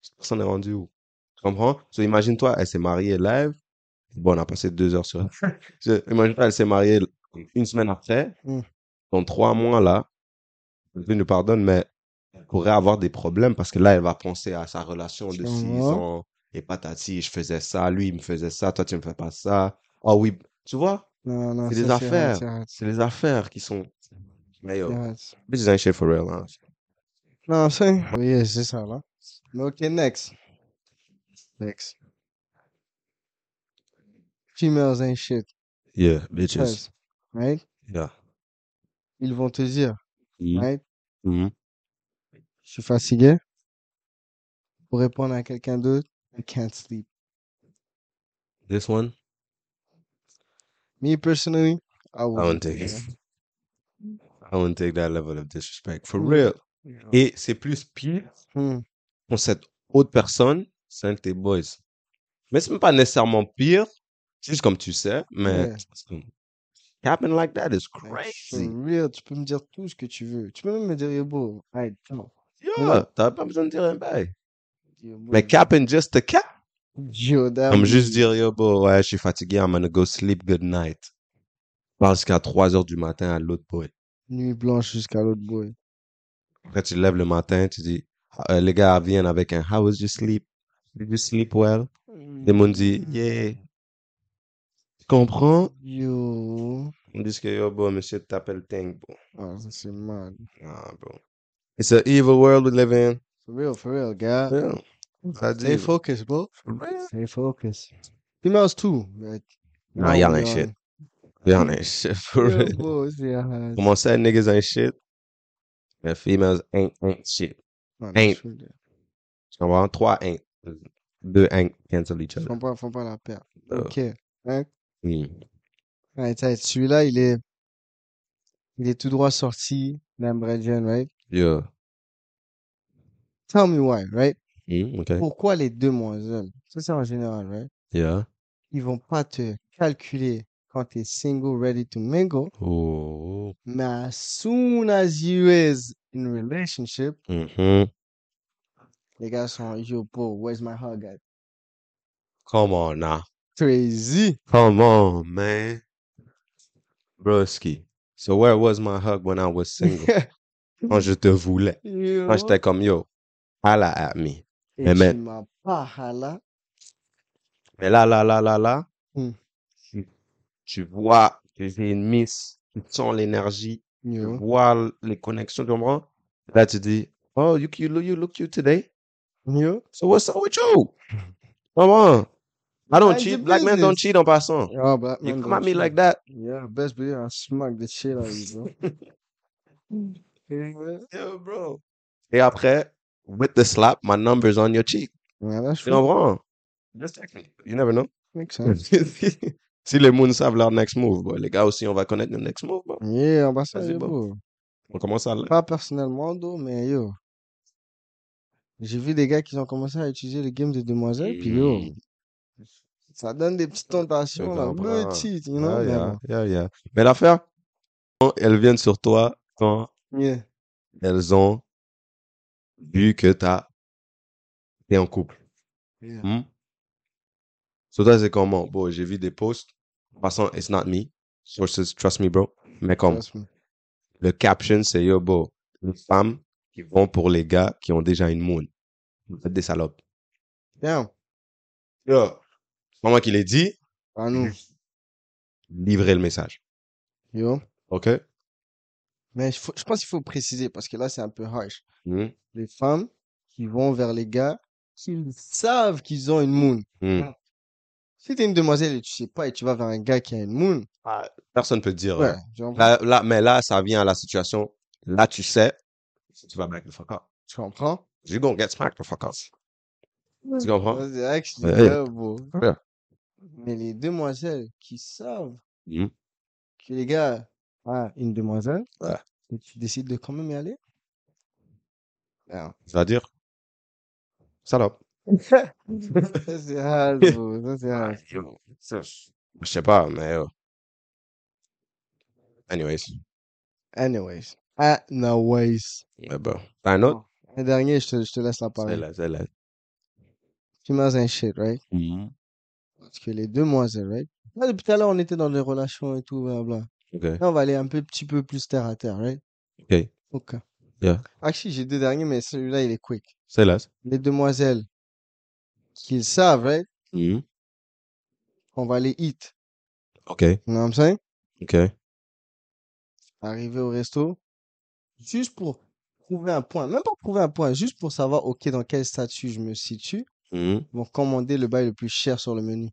[SPEAKER 1] cette personne est rendue où? Tu comprends? So, imagine-toi, elle s'est mariée live. Bon, on a passé deux heures sur elle. Je- Imagine-toi, elle s'est mariée une semaine après.
[SPEAKER 2] Mm.
[SPEAKER 1] Dans trois mois, là, Dieu nous pardonne, mais elle pourrait avoir des problèmes parce que là, elle va penser à sa relation de
[SPEAKER 2] Tu
[SPEAKER 1] six
[SPEAKER 2] vois?
[SPEAKER 1] ans. Et patati, je faisais ça, lui, il me faisait ça, toi, tu me fais pas ça. Ah oui, tu vois?
[SPEAKER 2] Non, non,
[SPEAKER 1] C'est des
[SPEAKER 2] ça, hard,
[SPEAKER 1] affaires.
[SPEAKER 2] c'est hard,
[SPEAKER 1] C'est les affaires qui sont. Mais yo,
[SPEAKER 2] c'est hard.
[SPEAKER 1] Bitches ain't shit for real, hein.
[SPEAKER 2] Non, c'est. Oui, c'est ça, là. Mais ok, next. Next. Females ain't shit.
[SPEAKER 1] Yeah, bitches.
[SPEAKER 2] Yes. Right?
[SPEAKER 1] Yeah.
[SPEAKER 2] Ils vont te dire, right?
[SPEAKER 1] Mhm.
[SPEAKER 2] Je suis fatigué. Pour répondre à quelqu'un d'autre, I can't sleep.
[SPEAKER 1] This one,
[SPEAKER 2] Me personally, I
[SPEAKER 1] I
[SPEAKER 2] wouldn't
[SPEAKER 1] won't take it.
[SPEAKER 2] do
[SPEAKER 1] I won't take that level of disrespect. For
[SPEAKER 2] Mm.
[SPEAKER 1] real.
[SPEAKER 2] that.
[SPEAKER 1] Et c'est plus pire
[SPEAKER 2] Hmm.
[SPEAKER 1] pour cette autre personne, c'est un de tes boys. Mais c'est même pas nécessairement pire, juste comme tu sais, mais
[SPEAKER 2] Yeah.
[SPEAKER 1] happening like that is
[SPEAKER 2] Like,
[SPEAKER 1] crazy.
[SPEAKER 2] For real, tu peux me dire tout ce que tu veux. Tu peux même me dire, yo, bro, hey, come on.
[SPEAKER 1] Yeah, t'as pas besoin de dire un bail.
[SPEAKER 2] Yo, bro,
[SPEAKER 1] Mais capping just a cap.
[SPEAKER 2] yo, that
[SPEAKER 1] Comme juste
[SPEAKER 2] me-
[SPEAKER 1] dire, yo, bro, ouais, je suis fatigué, I'm gonna go sleep, good night. Parce qu'à 3 heures du matin à l'autre boy.
[SPEAKER 2] Nuit blanche jusqu'à l'autre boy.
[SPEAKER 1] Après, tu te lèves le matin, tu dis, euh, les gars viennent avec un How was your sleep? Did you sleep well? Les monde dit, Yeah. Tu comprends?
[SPEAKER 2] Yo.
[SPEAKER 1] On dit que yo, bro, monsieur, t'appelles Tank, bro.
[SPEAKER 2] Ah, ça, c'est mal.
[SPEAKER 1] Nah, bro. It's an evil world we live in.
[SPEAKER 2] For real, for real, gars.
[SPEAKER 1] Yeah. Ça
[SPEAKER 2] Ah, Stay
[SPEAKER 1] dit.
[SPEAKER 2] focused, bro.
[SPEAKER 1] Nah,
[SPEAKER 2] Stay focused. Females too. Like, now
[SPEAKER 1] y'all
[SPEAKER 2] we
[SPEAKER 1] ain't
[SPEAKER 2] are-
[SPEAKER 1] shit. Y'all ain't shit for
[SPEAKER 2] Yo,
[SPEAKER 1] real.
[SPEAKER 2] bro, c'est hard.
[SPEAKER 1] Comme on sait, niggas ain't shit. And females ain't, ain't shit.
[SPEAKER 2] Non,
[SPEAKER 1] Ain't.
[SPEAKER 2] je suis là.
[SPEAKER 1] Tu comprends? Trois ain't. Deux ain't cancel each
[SPEAKER 2] Ils
[SPEAKER 1] other.
[SPEAKER 2] font pas, font pas la paire.
[SPEAKER 1] Oh.
[SPEAKER 2] Ok. Hein?
[SPEAKER 1] Hmm.
[SPEAKER 2] Ouais, t'sais, celui-là, il est, il est tout droit sorti d'Ambradian, right?
[SPEAKER 1] Yeah.
[SPEAKER 2] Tell me why, right?
[SPEAKER 1] Hmm, okay.
[SPEAKER 2] Pourquoi les demoiselles, ça c'est en général, right?
[SPEAKER 1] Yeah.
[SPEAKER 2] Ils vont pas te calculé quand t'es single, ready to mingle.
[SPEAKER 1] Oh.
[SPEAKER 2] Mais as soon as you is in relationship, Mm-hmm.
[SPEAKER 1] Mhm.
[SPEAKER 2] les gars sont yo, bro, where's my hug at?
[SPEAKER 1] Come on now.
[SPEAKER 2] Crazy.
[SPEAKER 1] Come on, man. Broski. So where was my hug when I was single? Quand je te voulais.
[SPEAKER 2] Yo.
[SPEAKER 1] Quand j'étais comme yo. Holla at me.
[SPEAKER 2] Et
[SPEAKER 1] mais-
[SPEAKER 2] tu m'as pas râlé.
[SPEAKER 1] Mais là, là, là, là, là.
[SPEAKER 2] Hmm.
[SPEAKER 1] Tu, tu vois que j'ai une miss. Tu sens l'énergie. tu
[SPEAKER 2] Yo.
[SPEAKER 1] vois l- les connexions, tu comprends? Là, tu dis, oh, you, you, look- you look cute today.
[SPEAKER 2] Yo.
[SPEAKER 1] So what's up with you? Come on. I don't
[SPEAKER 2] Mind your
[SPEAKER 1] cheat. Black men don't
[SPEAKER 2] business.
[SPEAKER 1] cheat en passant.
[SPEAKER 2] Oh, black
[SPEAKER 1] You
[SPEAKER 2] man
[SPEAKER 1] come
[SPEAKER 2] don't
[SPEAKER 1] at me
[SPEAKER 2] cheat.
[SPEAKER 1] like that.
[SPEAKER 2] Yeah, best believe I smack the shit out of you, bro. yeah,
[SPEAKER 1] Yeah, bro. Et après, with the slap, my number's on your cheek.
[SPEAKER 2] man, that's
[SPEAKER 1] Tu
[SPEAKER 2] true.
[SPEAKER 1] comprends? Just check me. You never know.
[SPEAKER 2] Makes sense.
[SPEAKER 1] si les moons savent leur next move, boy, les gars aussi, on va connaître le next move. boy.
[SPEAKER 2] Yeah, on va ça,
[SPEAKER 1] Vas-y,
[SPEAKER 2] yo,
[SPEAKER 1] Bob.
[SPEAKER 2] bro.
[SPEAKER 1] On commence à... l-
[SPEAKER 2] Pas personnellement, d'eau, mais yo. J'ai vu des gars qui ont commencé à utiliser le game de demoiselles, puis yo,
[SPEAKER 1] Mm.
[SPEAKER 2] ça donne des petites tentations, là,
[SPEAKER 1] comprends.
[SPEAKER 2] petites, you know?
[SPEAKER 1] Ah, Yeah,
[SPEAKER 2] mais
[SPEAKER 1] yeah, yeah, yeah. Mais l'affaire, elles viennent sur toi quand
[SPEAKER 2] bon. Yeah.
[SPEAKER 1] elles ont vu que t'as, t'es en couple.
[SPEAKER 2] Yeah.
[SPEAKER 1] Hmm? So toi, c'est comment? Bon, j'ai vu des posts. De toute façon, it's not me. Sources, trust me, bro. Mais comme,
[SPEAKER 2] Trust me.
[SPEAKER 1] le caption, c'est yo, bro. Les femmes qui vont pour les gars qui ont déjà une moon. Vous êtes des salopes.
[SPEAKER 2] Damn.
[SPEAKER 1] Yo. C'est pas moi qui l'ai dit.
[SPEAKER 2] Pas nous.
[SPEAKER 1] Mm. Livrez le message.
[SPEAKER 2] Yo.
[SPEAKER 1] OK?
[SPEAKER 2] Mais il faut- je pense qu'il faut préciser, parce que là, c'est un peu harsh.
[SPEAKER 1] Hmm?
[SPEAKER 2] Les femmes qui vont vers les gars qui savent qu'ils ont une moon.
[SPEAKER 1] Hmm.
[SPEAKER 2] Si t'es une demoiselle et tu sais pas et tu vas vers un gars qui a une moon,
[SPEAKER 1] Ah, Personne peut te dire.
[SPEAKER 2] ouais,
[SPEAKER 1] hein.
[SPEAKER 2] genre,
[SPEAKER 1] Là, là, mais là, ça vient à la situation. Là, tu sais. Tu vas black the fuck up.
[SPEAKER 2] tu comprends?
[SPEAKER 1] You gonna get smacked the fuck up. Tu comprends?
[SPEAKER 2] Ça, C'est vrai que je dis,
[SPEAKER 1] Ouais.
[SPEAKER 2] ah, bon.
[SPEAKER 1] Ouais.
[SPEAKER 2] Mais les demoiselles qui savent
[SPEAKER 1] Mhm.
[SPEAKER 2] que les gars ont une demoiselle,
[SPEAKER 1] Ouais.
[SPEAKER 2] et tu décides de quand même y aller? Non.
[SPEAKER 1] Ça veut dire salope.
[SPEAKER 2] Ça, c'est hard, bro. Ça, c'est hard.
[SPEAKER 1] Ah, Je sais pas, mais. euh, Anyways.
[SPEAKER 2] Anyways. Ah, Anyways.
[SPEAKER 1] Mais bon. T'as un autre?
[SPEAKER 2] Un dernier, je te, je te laisse la parole.
[SPEAKER 1] Celle-là, celle-là.
[SPEAKER 2] Females and shit, right?
[SPEAKER 1] Mm-hmm.
[SPEAKER 2] Parce que les demoiselles, right? Là, depuis tout à l'heure, on était dans des relations et tout, blablabla.
[SPEAKER 1] Ok.
[SPEAKER 2] Là, on va aller un peu, petit peu plus terre à terre, right?
[SPEAKER 1] Ok.
[SPEAKER 2] Ok.
[SPEAKER 1] Yeah.
[SPEAKER 2] Actually, j'ai deux derniers, mais celui-là, il est quick.
[SPEAKER 1] Celle-là.
[SPEAKER 2] Les demoiselles qu'ils savent, right?
[SPEAKER 1] Mhm.
[SPEAKER 2] On va les hit.
[SPEAKER 1] Ok.
[SPEAKER 2] You know what I'm saying?
[SPEAKER 1] Ok.
[SPEAKER 2] Arriver au resto, juste pour prouver un point. Même pas prouver un point, juste pour savoir, OK, dans quel statut je me situe,
[SPEAKER 1] Mhm.
[SPEAKER 2] ils vont commander le bail le plus cher sur le menu.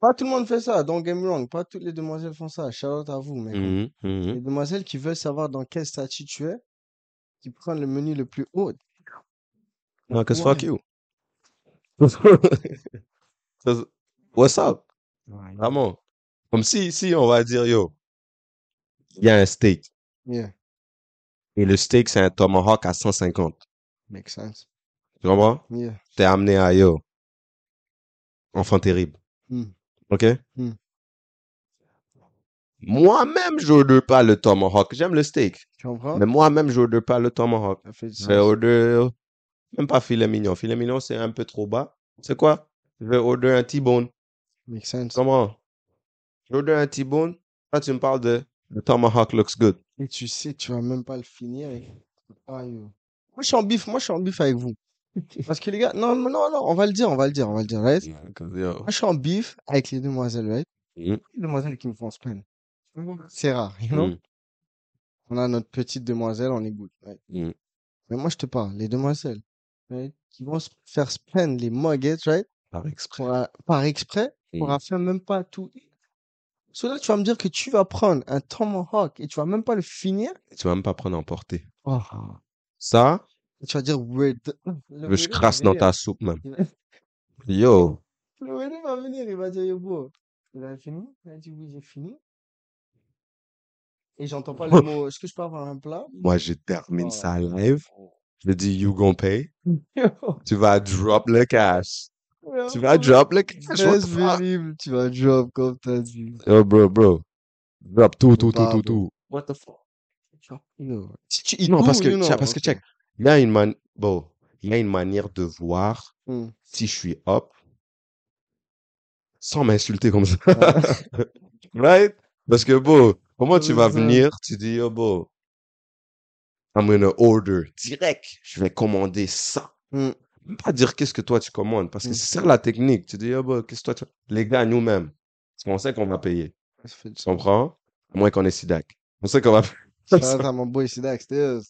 [SPEAKER 2] Pas tout le monde fait ça, don't get me wrong. Pas toutes les demoiselles font ça. Shout out à vous, mais comme-
[SPEAKER 1] Mhm. Mhm.
[SPEAKER 2] Les demoiselles qui veulent savoir dans quel statut tu es, qui prennent le menu le plus haut.
[SPEAKER 1] No, cause
[SPEAKER 2] Ouais.
[SPEAKER 1] fuck you. 'Cause what's up? Vraiment. Comme si, si on va dire, yo, il y a un steak.
[SPEAKER 2] Yeah,
[SPEAKER 1] Et le steak, c'est un tomahawk à 150.
[SPEAKER 2] makes sense.
[SPEAKER 1] Tu comprends?
[SPEAKER 2] Yeah,
[SPEAKER 1] t'es amené à yo. Enfant terrible.
[SPEAKER 2] Hmm.
[SPEAKER 1] OK?
[SPEAKER 2] Hmm.
[SPEAKER 1] Moi-même, je order pas le tomahawk. J'aime le steak.
[SPEAKER 2] tu comprends?
[SPEAKER 1] Mais moi-même, je order pas le tomahawk.
[SPEAKER 2] Ça fait du
[SPEAKER 1] Je vais
[SPEAKER 2] sens.
[SPEAKER 1] order même pas filet mignon. Filet mignon, c'est un peu trop bas. C'est quoi? Je vais order un T-bone.
[SPEAKER 2] Makes
[SPEAKER 1] Tu
[SPEAKER 2] sense.
[SPEAKER 1] comprends? J'order un T-bone. Là, tu me parles de le tomahawk looks good.
[SPEAKER 2] Et tu sais, tu vas même pas le finir. et- Ah, yo. Moi, je suis en bif, moi, je suis en bif avec vous. Parce que les gars, non, non, non, non, on va le dire, on va le dire, on va le dire, right? Moi, je suis en bif avec les demoiselles, right?
[SPEAKER 1] Mhm.
[SPEAKER 2] Les demoiselles qui me font spin. C'est rare, you know?
[SPEAKER 1] Mhm.
[SPEAKER 2] On a notre petite demoiselle, on écoute, right?
[SPEAKER 1] Mhm.
[SPEAKER 2] Mais moi, je te parle, les demoiselles, right? Qui vont se faire spin les muggets, right?
[SPEAKER 1] Par exprès.
[SPEAKER 2] Pour un- par exprès, pour
[SPEAKER 1] Mhm.
[SPEAKER 2] un faire même pas tout. Cela, tu vas me dire que tu vas prendre un tomahawk et tu vas même pas le finir.
[SPEAKER 1] Tu vas même pas prendre en portée.
[SPEAKER 2] Oh.
[SPEAKER 1] Ça,
[SPEAKER 2] Et Tu vas dire, ouais, d-
[SPEAKER 1] je veux
[SPEAKER 2] le
[SPEAKER 1] que je
[SPEAKER 2] vénère va
[SPEAKER 1] crasse dans
[SPEAKER 2] venir.
[SPEAKER 1] ta soupe, même.
[SPEAKER 2] Il va-
[SPEAKER 1] Yo.
[SPEAKER 2] Le vénère va venir, il va dire, yo, bro, vous avez fini? Il a dit, oui, j'ai fini. Et j'entends pas le mot, est-ce que je peux avoir un plat?
[SPEAKER 1] Moi, je termine
[SPEAKER 2] Oh.
[SPEAKER 1] ça live. Je dis, you gonna pay.
[SPEAKER 2] Yo.
[SPEAKER 1] Tu vas drop le cash. Tu vas drop là? Chris, what
[SPEAKER 2] Laisse
[SPEAKER 1] the fuck?
[SPEAKER 2] Oh, vivre, tu vas drop comme t'as dit.
[SPEAKER 1] Yo, bro, bro. Drop tout, tout, tout,
[SPEAKER 2] Bah,
[SPEAKER 1] tout,
[SPEAKER 2] bro.
[SPEAKER 1] tout. What the fuck?
[SPEAKER 2] Non.
[SPEAKER 1] Si tu- non, parce que,
[SPEAKER 2] Ouh, non,
[SPEAKER 1] tiens, parce que,
[SPEAKER 2] ok.
[SPEAKER 1] check. Il y a une man- bon, il y a une manière de voir
[SPEAKER 2] Hmm.
[SPEAKER 1] si je suis up sans m'insulter comme ça.
[SPEAKER 2] Ah.
[SPEAKER 1] Right? Parce que, bon, comment tu
[SPEAKER 2] C'est
[SPEAKER 1] vas
[SPEAKER 2] ça.
[SPEAKER 1] venir, tu dis, yo, bon, I'm gonna order direct. Je vais commander ça.
[SPEAKER 2] Hmm.
[SPEAKER 1] Même pas dire qu'est-ce que toi tu commandes, parce que
[SPEAKER 2] Hmm.
[SPEAKER 1] c'est ça la technique. Tu dis, yo, bon, qu'est-ce que toi tu... Les gars, nous-mêmes, on sait qu'on va payer.
[SPEAKER 2] Ça fait du-
[SPEAKER 1] Tu comprends? À moins qu'on ait SIDAC. On sait qu'on va
[SPEAKER 2] Shout out à mon boy, c'est downstairs.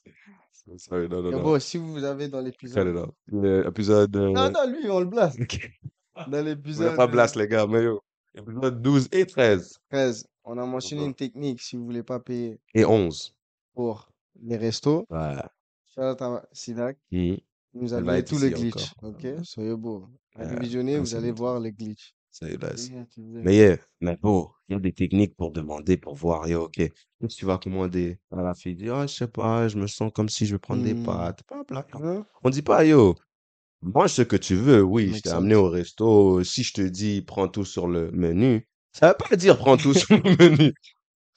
[SPEAKER 1] Sorry, non, non,
[SPEAKER 2] Yo,
[SPEAKER 1] non.
[SPEAKER 2] bro, si vous avez dans
[SPEAKER 1] Cut
[SPEAKER 2] l'épisode.
[SPEAKER 1] it out. Le Épisode. euh,
[SPEAKER 2] Non, non, lui, on le blast.
[SPEAKER 1] ok.
[SPEAKER 2] Dans
[SPEAKER 1] On n'a
[SPEAKER 2] l'épisode
[SPEAKER 1] pas
[SPEAKER 2] euh,
[SPEAKER 1] blast, les gars, mais yo. Épisode 12 et 13.
[SPEAKER 2] 13, on a mentionné
[SPEAKER 1] Ouais.
[SPEAKER 2] une technique si vous voulez pas payer
[SPEAKER 1] Et 11.
[SPEAKER 2] pour les restos.
[SPEAKER 1] Ouais.
[SPEAKER 2] Shout out à Sidak.
[SPEAKER 1] Mmh.
[SPEAKER 2] Il nous a
[SPEAKER 1] Elle va
[SPEAKER 2] donné
[SPEAKER 1] être
[SPEAKER 2] tout le
[SPEAKER 1] ici
[SPEAKER 2] glitch.
[SPEAKER 1] encore.
[SPEAKER 2] Ok, soyez beau. Allez
[SPEAKER 1] Ouais,
[SPEAKER 2] visionner,
[SPEAKER 1] un
[SPEAKER 2] vous allez
[SPEAKER 1] second.
[SPEAKER 2] voir le glitch.
[SPEAKER 1] Salut,
[SPEAKER 2] Yeah, hein, tu veux.
[SPEAKER 1] Mais yeah, mais bon, il y a des techniques pour demander, pour voir. Yo, ok, qu'est-ce que tu vas commander? Ah, la fille dit, ah, je sais pas, je me sens comme si je vais prendre des
[SPEAKER 2] Hmm.
[SPEAKER 1] pâtes. Bla, bla, bla.
[SPEAKER 2] Hein?
[SPEAKER 1] On dit pas, yo, mange ce que tu veux. Oui, je
[SPEAKER 2] Makes
[SPEAKER 1] t'ai
[SPEAKER 2] sense.
[SPEAKER 1] amené au resto. Si je te dis, prends tout sur le menu, ça veut pas dire prends tout sur le menu.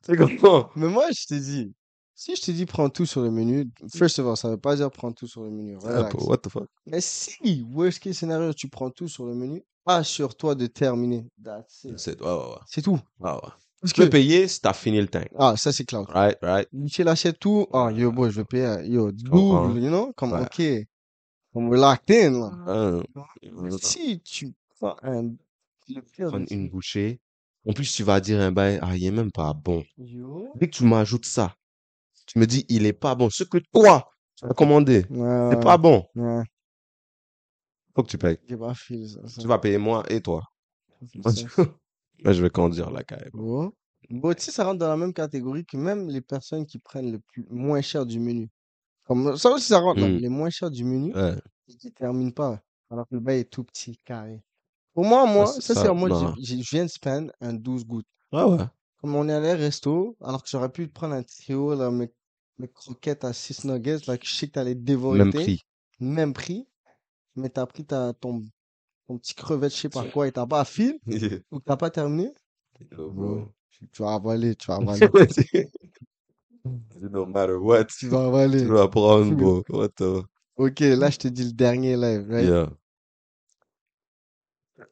[SPEAKER 1] C'est comment?
[SPEAKER 2] Mais moi, je t'ai dit, si je te dis prends tout sur le menu, first of all, ça veut pas dire prends tout sur le menu. Relax.
[SPEAKER 1] What the fuck?
[SPEAKER 2] Mais si, worst case scénario, tu prends tout sur le menu, assure-toi de terminer. That's it.
[SPEAKER 1] C'est, ouais, ouais, ouais.
[SPEAKER 2] C'est tout.
[SPEAKER 1] ouais, ouais. Tu
[SPEAKER 2] Parce
[SPEAKER 1] peux
[SPEAKER 2] que...
[SPEAKER 1] payer si t'as fini le tank.
[SPEAKER 2] Ah, ça, c'est cloud.
[SPEAKER 1] Right, right.
[SPEAKER 2] Michel l'achète tout. Ah, yo, boy, je vais payer. euh, Yo,
[SPEAKER 1] comprends. hein.
[SPEAKER 2] double, you know? Comme,
[SPEAKER 1] Ouais.
[SPEAKER 2] ok. Comme we're locked in, là.
[SPEAKER 1] Hein.
[SPEAKER 2] Si tu prends un. Le pire
[SPEAKER 1] Prendre
[SPEAKER 2] de-
[SPEAKER 1] une bouchée. En plus, tu vas dire un bail, ah, il est même pas bon.
[SPEAKER 2] Yo.
[SPEAKER 1] Dès que tu m'ajoutes ça, tu me dis, il est pas bon. Ce que toi, tu as commandé,
[SPEAKER 2] Ouais,
[SPEAKER 1] c'est pas bon.
[SPEAKER 2] Ouais,
[SPEAKER 1] Faut que tu payes.
[SPEAKER 2] j'ai pas feel ça. ça
[SPEAKER 1] Tu vas payer moi et toi.
[SPEAKER 2] fait
[SPEAKER 1] Moi,
[SPEAKER 2] sens.
[SPEAKER 1] je- Moi, je vais conduire la carrière.
[SPEAKER 2] Bon. Bon, tu sais, ça rentre dans la même catégorie que même les personnes qui prennent le plus, moins cher du menu. Comme, ça aussi, ça rentre, là.
[SPEAKER 1] Mm.
[SPEAKER 2] Les moins chers du menu,
[SPEAKER 1] Ouais.
[SPEAKER 2] et qui terminent pas. Alors que le bail est tout petit, carré. Au moins, moi,
[SPEAKER 1] c'est
[SPEAKER 2] ça,
[SPEAKER 1] ça,
[SPEAKER 2] c'est en mode,
[SPEAKER 1] non.
[SPEAKER 2] j'ai- j'ai- je viens de spend un 12 gouttes.
[SPEAKER 1] Ouais, ouais.
[SPEAKER 2] Comme on est allé au resto, alors que j'aurais pu prendre un trio, là, mes, mes croquettes à 6 nuggets, là, que je sais que t'allais dévorer.
[SPEAKER 1] Même
[SPEAKER 2] t'es.
[SPEAKER 1] prix.
[SPEAKER 2] Même prix. Mais t'as pris ta, ton, ton petit crevette, je sais pas quoi, et t'as pas fil, ou que t'as pas terminé. bro. Tu vas avaler, tu vas avaler,
[SPEAKER 1] no matter what,
[SPEAKER 2] tu vas avaler.
[SPEAKER 1] tu vas prendre,
[SPEAKER 2] bro.
[SPEAKER 1] bro. What the...
[SPEAKER 2] Ok, là, je te dis le dernier live, right?
[SPEAKER 1] Yeah.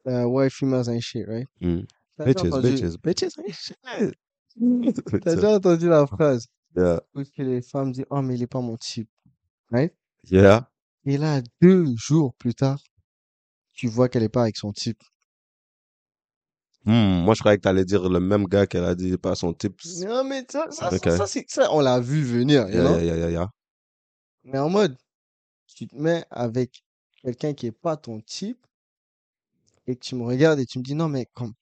[SPEAKER 2] Euh, why females ain't shit, right?
[SPEAKER 1] Mm.
[SPEAKER 2] T'as déjà
[SPEAKER 1] Bitches,
[SPEAKER 2] entendu, Mm.
[SPEAKER 1] bitches, bitches, ain't shit.
[SPEAKER 2] t'as déjà entendu la phrase
[SPEAKER 1] Yeah.
[SPEAKER 2] où est-ce que les femmes disent, oh, mais il est pas mon type, right?
[SPEAKER 1] Yeah.
[SPEAKER 2] Et là, deux jours plus tard, tu vois qu'elle est pas avec son type.
[SPEAKER 1] Hmm, moi, je croyais que t'allais dire le même gars qu'elle a dit, pas son type.
[SPEAKER 2] Non, mais ça, ça, ça,
[SPEAKER 1] Ok.
[SPEAKER 2] ça, c'est- ça, on l'a vu venir, you
[SPEAKER 1] Yeah,
[SPEAKER 2] know?
[SPEAKER 1] yeah, yeah, yeah, yeah.
[SPEAKER 2] Mais en mode, tu te mets avec quelqu'un qui est pas ton type et que tu me regardes et tu me dis, non, mais comme.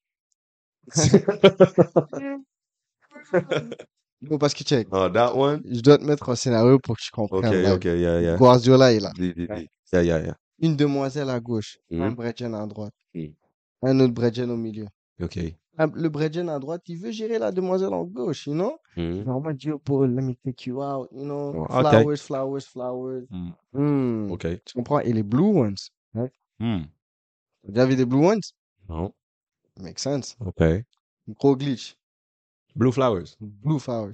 [SPEAKER 2] Bon, parce que check,
[SPEAKER 1] Oh, that one?
[SPEAKER 2] je dois te mettre en scénario pour que tu comprennes.
[SPEAKER 1] Ok,
[SPEAKER 2] là.
[SPEAKER 1] ok, yeah, yeah.
[SPEAKER 2] Guardiola est là.
[SPEAKER 1] Dis, dis, dis. Yeah, yeah, yeah.
[SPEAKER 2] Une demoiselle à gauche, un
[SPEAKER 1] Mhm.
[SPEAKER 2] Bredgen à droite,
[SPEAKER 1] Mhm.
[SPEAKER 2] un autre Bredgen au milieu.
[SPEAKER 1] Ok.
[SPEAKER 2] Un- Le Bredgen à droite, il veut gérer la demoiselle en gauche, you know?
[SPEAKER 1] Hmm.
[SPEAKER 2] Genre, moi, Dieu, Paul, let me take you out, you know?
[SPEAKER 1] Oh, ok.
[SPEAKER 2] Flowers, flowers, flowers.
[SPEAKER 1] Mhm.
[SPEAKER 2] Hmm,
[SPEAKER 1] Ok.
[SPEAKER 2] Tu comprends? Et les Blue Ones.
[SPEAKER 1] Hmm.
[SPEAKER 2] T'as déjà vu des Blue Ones?
[SPEAKER 1] Non.
[SPEAKER 2] Make sense.
[SPEAKER 1] Ok.
[SPEAKER 2] Gros glitch.
[SPEAKER 1] Blue flowers.
[SPEAKER 2] Blue flowers.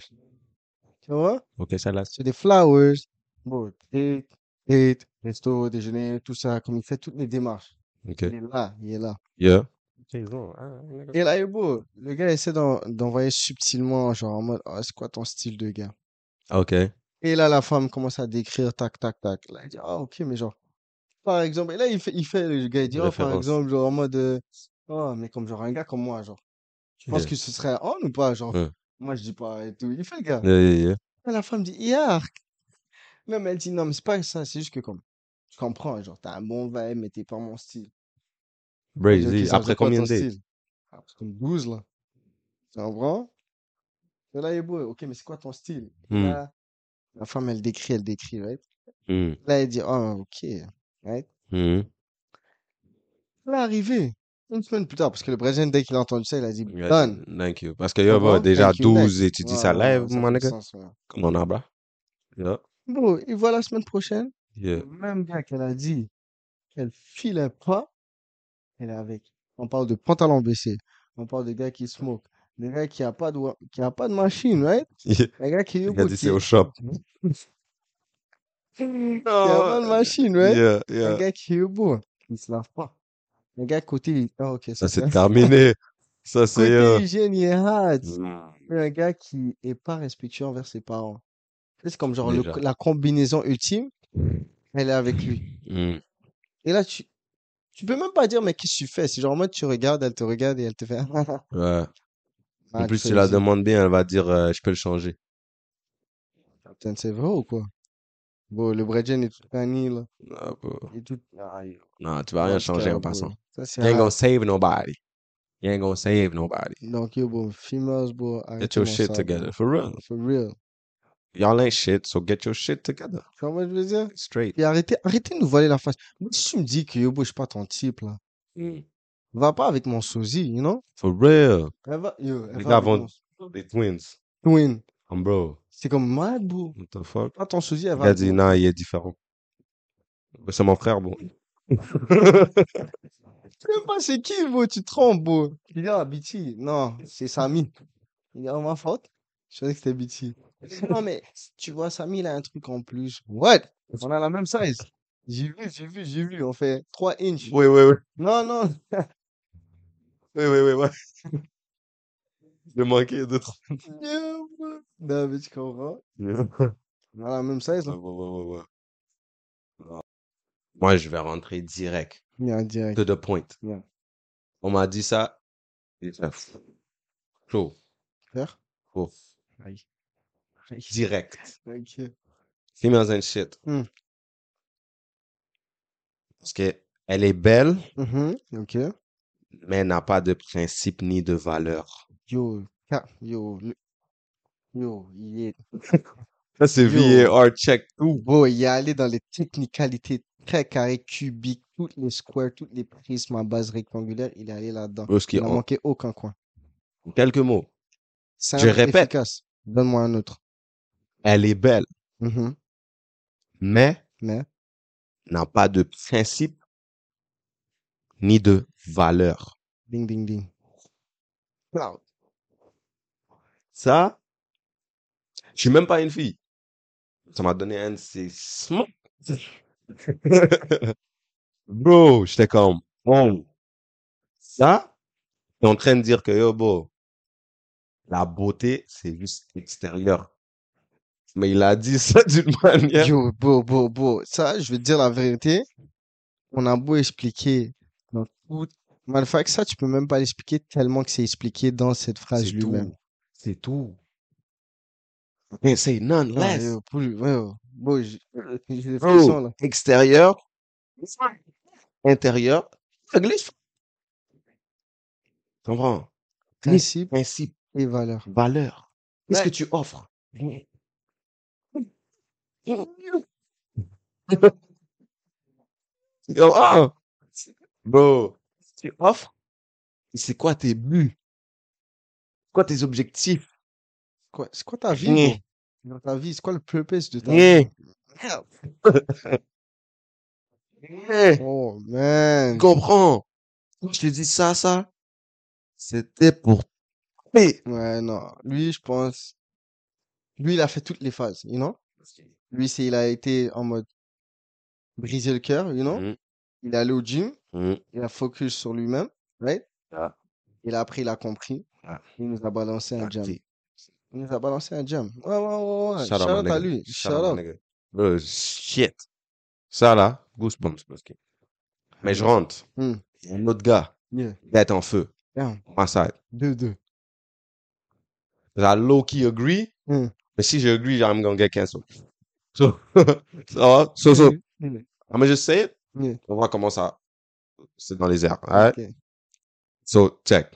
[SPEAKER 2] Tu vois?
[SPEAKER 1] Ok, ça là.
[SPEAKER 2] C'est des flowers. Bon, date, date, resto, déjeuner, tout ça, comme il fait toutes les démarches.
[SPEAKER 1] Ok.
[SPEAKER 2] Il est là, il est là.
[SPEAKER 1] Yeah.
[SPEAKER 2] Et là, il est beau. Le gars essaie d'en- d'envoyer subtilement, genre en mode, Ah, c'est quoi ton style de gars?
[SPEAKER 1] Ok.
[SPEAKER 2] Et là, la femme commence à décrire, tac, tac, tac. Là, il dit, ah, ok, mais genre, par exemple, et là, il fait, il fait le gars, il dit, oh, par
[SPEAKER 1] Référence.
[SPEAKER 2] exemple, genre en mode, euh, oh, mais comme genre un gars comme moi, genre, je pense
[SPEAKER 1] Yeah.
[SPEAKER 2] que ce serait on ou pas, genre,
[SPEAKER 1] Ouais.
[SPEAKER 2] moi, je dis pas et tout. Il fait le gars.
[SPEAKER 1] Yeah, yeah, yeah.
[SPEAKER 2] Là, la femme dit, hier. Non, mais elle dit, non, mais c'est pas ça, c'est juste que comme, je comprends, genre, t'as un bon vibe, mais t'es pas mon style. Elle dit, Ok,
[SPEAKER 1] Brazy.
[SPEAKER 2] ça
[SPEAKER 1] Après
[SPEAKER 2] faisait quoi
[SPEAKER 1] combien
[SPEAKER 2] ton
[SPEAKER 1] de dates?
[SPEAKER 2] style Ah, c'est comme 12, là. Tu comprends? Et là, il est beau. Ok, mais c'est quoi ton style? Et
[SPEAKER 1] Hmm.
[SPEAKER 2] Là, la femme, elle décrit, elle décrit, right?
[SPEAKER 1] Hmm.
[SPEAKER 2] Là, elle dit, ah, ok.
[SPEAKER 1] Hmm.
[SPEAKER 2] Là, arrivé. Une semaine plus tard, parce que le Brésilien, dès qu'il a entendu ça, il a dit,
[SPEAKER 1] Yeah,
[SPEAKER 2] done.
[SPEAKER 1] Thank you. Parce que, yo, bro,
[SPEAKER 2] Comprends?
[SPEAKER 1] déjà
[SPEAKER 2] Thank you,
[SPEAKER 1] 12
[SPEAKER 2] next.
[SPEAKER 1] et tu dis
[SPEAKER 2] Ouais,
[SPEAKER 1] ça
[SPEAKER 2] ouais,
[SPEAKER 1] live,
[SPEAKER 2] ça
[SPEAKER 1] mon
[SPEAKER 2] fait
[SPEAKER 1] gars.
[SPEAKER 2] sens, ouais.
[SPEAKER 1] Come on, Abra. Yeah.
[SPEAKER 2] Bon, et voilà
[SPEAKER 1] Euh,
[SPEAKER 2] la semaine prochaine.
[SPEAKER 1] Yeah.
[SPEAKER 2] Le même gars qu'elle a dit qu'elle filait pas, elle est avec. On parle de pantalon baissé. On parle de gars qui smoke. Le gars qui a pas de, wa- qui a pas de machine, right? Le gars qui est
[SPEAKER 1] Il a
[SPEAKER 2] au
[SPEAKER 1] dit c'est au shop.
[SPEAKER 2] Il y a pas de machine, ouais.
[SPEAKER 1] Yeah,
[SPEAKER 2] Un
[SPEAKER 1] yeah.
[SPEAKER 2] gars qui est beau, il se lave pas. Le gars côté, il... ah, ok,
[SPEAKER 1] Ça,
[SPEAKER 2] ça
[SPEAKER 1] c'est
[SPEAKER 2] c'est-
[SPEAKER 1] terminé. Ça, c'est. euh,
[SPEAKER 2] Côté hygiène, il est hard.
[SPEAKER 1] Mm.
[SPEAKER 2] Mais un gars qui est pas respectueux envers ses parents. C'est comme genre le-
[SPEAKER 1] Déjà.
[SPEAKER 2] la combinaison ultime, elle est avec lui.
[SPEAKER 1] mm.
[SPEAKER 2] Et là, tu, tu peux même pas dire, mais qu'est-ce que tu fais? C'est genre, moi, tu regardes, elle te regarde et elle te fait.
[SPEAKER 1] Ouais.
[SPEAKER 2] Ah,
[SPEAKER 1] En plus,
[SPEAKER 2] fais
[SPEAKER 1] tu la
[SPEAKER 2] aussi.
[SPEAKER 1] demandes bien, elle va dire euh, je peux le changer.
[SPEAKER 2] Putain, c'est vrai ou quoi? Bon, le Bredgen est tout canille, là.
[SPEAKER 1] Ah, bon.
[SPEAKER 2] Et tout. Ah, il-
[SPEAKER 1] Non, tu vas rien
[SPEAKER 2] en tout
[SPEAKER 1] changer
[SPEAKER 2] cas,
[SPEAKER 1] en
[SPEAKER 2] bon,
[SPEAKER 1] passant.
[SPEAKER 2] Ça, c'est
[SPEAKER 1] You ain't
[SPEAKER 2] hard.
[SPEAKER 1] gonna save nobody. You ain't gonna save nobody.
[SPEAKER 2] Donc, yo, bon, females, bro,
[SPEAKER 1] Get
[SPEAKER 2] arrêtez-moi
[SPEAKER 1] your shit
[SPEAKER 2] Ah, ça,
[SPEAKER 1] together,
[SPEAKER 2] bro.
[SPEAKER 1] for real.
[SPEAKER 2] For real.
[SPEAKER 1] Y'all ain't shit, so get your shit together.
[SPEAKER 2] Comment je veux dire?
[SPEAKER 1] Straight.
[SPEAKER 2] Et arrêtez, arrêtez de nous voiler la face. Moi, si tu me dis que Yobo, je suis pas ton type, là, va pas avec mon sosie, you know?
[SPEAKER 1] For real.
[SPEAKER 2] Elle va, yo, elle
[SPEAKER 1] Les
[SPEAKER 2] va
[SPEAKER 1] gars
[SPEAKER 2] avec
[SPEAKER 1] vont-
[SPEAKER 2] mon
[SPEAKER 1] They twins.
[SPEAKER 2] twin.
[SPEAKER 1] I'm bro.
[SPEAKER 2] C'est comme mad, bro.
[SPEAKER 1] What the fuck?
[SPEAKER 2] Pas ton sosie, elle
[SPEAKER 1] Le
[SPEAKER 2] va
[SPEAKER 1] gars
[SPEAKER 2] avec
[SPEAKER 1] dit,
[SPEAKER 2] mon-
[SPEAKER 1] non, il est différent. Bah, C'est mon frère, bon.
[SPEAKER 2] Je sais même pas c'est qui, bro, tu te trompes, bro. Il dit, ah, BT. Non, c'est Samy. Il dit, oh, ma faute. Je savais que c'était BT. Je dis, Non, mais tu vois, Samy, il a un truc en plus. What? On a la même size. J'ai vu, j'ai vu, j'ai vu. On fait 3 inches.
[SPEAKER 1] Oui, oui, oui.
[SPEAKER 2] Non, non.
[SPEAKER 1] Oui, oui, oui, ouais. J'ai manqué deux, trois.
[SPEAKER 2] Yo, bro. Non, mais tu comprends.
[SPEAKER 1] Ouais,
[SPEAKER 2] On a la même size, hein.
[SPEAKER 1] ouais,
[SPEAKER 2] là.
[SPEAKER 1] ouais, ouais. Non. Moi, je vais rentrer direct.
[SPEAKER 2] Il y a un direct.
[SPEAKER 1] To the point.
[SPEAKER 2] Yeah.
[SPEAKER 1] On m'a dit ça. Et ça, pff, Chaud.
[SPEAKER 2] Faire?
[SPEAKER 1] Chaud.
[SPEAKER 2] Aïe. Aïe.
[SPEAKER 1] Direct.
[SPEAKER 2] Ok.
[SPEAKER 1] Females ain't shit.
[SPEAKER 2] Hmm.
[SPEAKER 1] Parce que elle est belle,
[SPEAKER 2] Mhm. Ok.
[SPEAKER 1] mais elle n'a pas de principe ni de valeur.
[SPEAKER 2] Yo, ka- yo, le- yo, il est.
[SPEAKER 1] Ça, c'est
[SPEAKER 2] Yo.
[SPEAKER 1] VAR check tout.
[SPEAKER 2] Bon, Oh, il est allé dans les technicalités très carrées, cubiques, toutes les squares, toutes les prismes à base rectangulaire, il est allé là-dedans.
[SPEAKER 1] Parce que,
[SPEAKER 2] Il n'a
[SPEAKER 1] en
[SPEAKER 2] manqué aucun coin.
[SPEAKER 1] quelques mots,
[SPEAKER 2] Simple,
[SPEAKER 1] répète.
[SPEAKER 2] efficace. Donne-moi un autre.
[SPEAKER 1] elle est belle,
[SPEAKER 2] Mhm.
[SPEAKER 1] mais
[SPEAKER 2] Mais,
[SPEAKER 1] n'a pas de principe ni de valeur.
[SPEAKER 2] ding, ding, ding. Wow.
[SPEAKER 1] Ça, je suis même pas une fille. Ça m'a donné un de ces smacks. Bro, j'étais comme, oh. Ça, t'es en train de dire que, yo, bro, la beauté, c'est juste extérieur. Mais il a dit ça d'une manière.
[SPEAKER 2] Yo, beau, beau, beau. Ça, je vais te dire la vérité. On a beau expliquer dans tout. Matter of fact, ça, tu peux même pas l'expliquer tellement que c'est expliqué dans cette phrase
[SPEAKER 1] C'est tout.
[SPEAKER 2] lui-même.
[SPEAKER 1] C'est tout. And say none
[SPEAKER 2] Ah,
[SPEAKER 1] less.
[SPEAKER 2] yo, pour- ouais, ouais. Bon, j'ai euh, j'ai des
[SPEAKER 1] Bro,
[SPEAKER 2] frissons, là.
[SPEAKER 1] extérieur, intérieur, ça glisse. Tu comprends?
[SPEAKER 2] Principe
[SPEAKER 1] Principe,
[SPEAKER 2] et valeur.
[SPEAKER 1] valeur. Qu'est-ce
[SPEAKER 2] Ouais.
[SPEAKER 1] que tu offres? Yo, ah! Bro, tu offres? C'est quoi tes buts? C'est quoi tes objectifs?
[SPEAKER 2] Quoi, c'est quoi ta vie,
[SPEAKER 1] Nyeh.
[SPEAKER 2] bro? Dans ta vie, c'est quoi le purpose de ta vie?
[SPEAKER 1] Yeah.
[SPEAKER 2] Merde.
[SPEAKER 1] Yeah.
[SPEAKER 2] Oh,
[SPEAKER 1] Tu
[SPEAKER 2] man.
[SPEAKER 1] comprends? Quand je te dis ça, ça, c'était pour paix.
[SPEAKER 2] Ouais, non. Lui, je pense. Lui, il a fait toutes les phases, you know? Lui, c'est, il a été en mode briser le cœur, you know?
[SPEAKER 1] Mhm.
[SPEAKER 2] Il est allé au gym.
[SPEAKER 1] Mhm.
[SPEAKER 2] Il a focus sur lui-même, right?
[SPEAKER 1] Ah.
[SPEAKER 2] Et là, après, il a compris.
[SPEAKER 1] Ah.
[SPEAKER 2] Il nous a balancé un jam.
[SPEAKER 1] Parti.
[SPEAKER 2] Il nous a balancé un jam. Ouais, ouais, ouais, ouais.
[SPEAKER 1] Shout out,
[SPEAKER 2] Shout
[SPEAKER 1] my
[SPEAKER 2] out à
[SPEAKER 1] nigga.
[SPEAKER 2] lui.
[SPEAKER 1] Shout
[SPEAKER 2] Shout
[SPEAKER 1] out, my
[SPEAKER 2] out.
[SPEAKER 1] nigga. Bro, Euh, shit. Ça là, goosebumps. parce que- Mais je rentre.
[SPEAKER 2] Hmm.
[SPEAKER 1] Il y a un autre gars.
[SPEAKER 2] Yeah.
[SPEAKER 1] Il est en feu.
[SPEAKER 2] Damn.
[SPEAKER 1] Ma side.
[SPEAKER 2] 2-2.
[SPEAKER 1] I low-key agree.
[SPEAKER 2] Hmm.
[SPEAKER 1] Mais si je agree, I'm gonna get canceled. So, so, so, so. Ah,
[SPEAKER 2] Mhm.
[SPEAKER 1] I'm gonna just say it.
[SPEAKER 2] Yeah.
[SPEAKER 1] On va comment ça. C'est dans les airs. Alright?
[SPEAKER 2] Ok.
[SPEAKER 1] So check.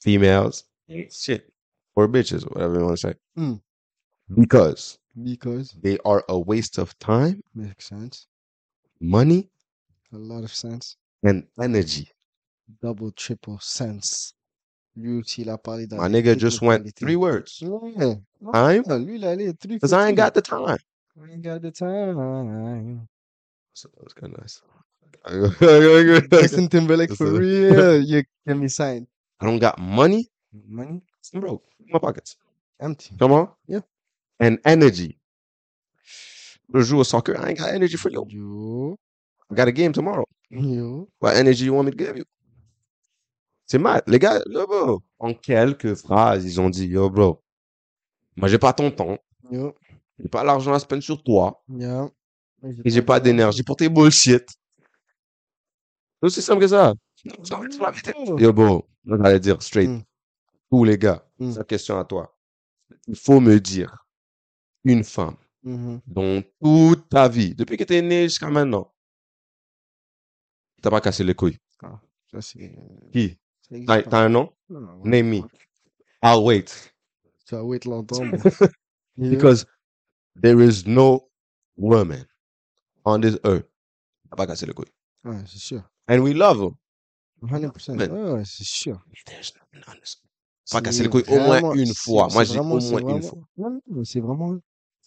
[SPEAKER 1] Females, shit, or bitches, whatever you want to say.
[SPEAKER 2] Mm.
[SPEAKER 1] Because
[SPEAKER 2] Because.
[SPEAKER 1] they are a waste of time,
[SPEAKER 2] Makes sense.
[SPEAKER 1] money,
[SPEAKER 2] A lot of sense.
[SPEAKER 1] and energy.
[SPEAKER 2] Double, triple sense. Lui aussi, il a parlé dans
[SPEAKER 1] My
[SPEAKER 2] les
[SPEAKER 1] nigga just went
[SPEAKER 2] technicalités.
[SPEAKER 1] three words.
[SPEAKER 2] Ouais.
[SPEAKER 1] Time,
[SPEAKER 2] Ah, lui, il allait three
[SPEAKER 1] because I ain't
[SPEAKER 2] for
[SPEAKER 1] got the time.
[SPEAKER 2] three. I ain't got the time.
[SPEAKER 1] So that was kind of nice. I
[SPEAKER 2] Justin Timberlake for
[SPEAKER 1] Listen.
[SPEAKER 2] real. You can be signed.
[SPEAKER 1] don't got money. Money, I'm broke. My pockets.
[SPEAKER 2] Empty.
[SPEAKER 1] Come on, yeah. And energy. To joue au soccer, I ain't got energy for you.
[SPEAKER 2] Yo.
[SPEAKER 1] I got a game tomorrow.
[SPEAKER 2] Yo.
[SPEAKER 1] What energy you want me to give you? C'est mal. Les gars, yo, bro, en quelques phrases, ils ont dit, yo, bro, moi, j'ai pas ton temps,
[SPEAKER 2] Yo.
[SPEAKER 1] j'ai pas l'argent à spend sur toi,
[SPEAKER 2] Yeah.
[SPEAKER 1] et j'ai pas d'énergie pour tes bullshit. C'est aussi simple que ça. Yo, bro, moi, j'allais dire straight.
[SPEAKER 2] Mm.
[SPEAKER 1] Tous les gars,
[SPEAKER 2] Mm.
[SPEAKER 1] c'est la question à toi. Il faut me dire une femme
[SPEAKER 2] Mhm.
[SPEAKER 1] dont toute ta vie, depuis que t'es né jusqu'à maintenant, t'as pas cassé les couilles.
[SPEAKER 2] Ça, c'est.
[SPEAKER 1] Qui?
[SPEAKER 2] ça existe
[SPEAKER 1] T'as
[SPEAKER 2] pas.
[SPEAKER 1] t'as un nom?
[SPEAKER 2] Non, non, non.
[SPEAKER 1] Name me. I'll wait.
[SPEAKER 2] Tu vas wait longtemps. bro. Yo.
[SPEAKER 1] Because there is no woman on this earth. Elle a pas cassé le couille.
[SPEAKER 2] Ouais, c'est sûr.
[SPEAKER 1] And we love her.
[SPEAKER 2] 100%.
[SPEAKER 1] Mais-
[SPEAKER 2] Ouais, ouais, c'est sûr.
[SPEAKER 1] There's no one on this earth. Pas casser les couilles au moins
[SPEAKER 2] vraiment-
[SPEAKER 1] une
[SPEAKER 2] c'est-
[SPEAKER 1] fois. Moi,
[SPEAKER 2] c'est
[SPEAKER 1] j'ai
[SPEAKER 2] vraiment-
[SPEAKER 1] au
[SPEAKER 2] c'est
[SPEAKER 1] moins une
[SPEAKER 2] vraiment-
[SPEAKER 1] fois.
[SPEAKER 2] Non, non, mais c'est vraiment.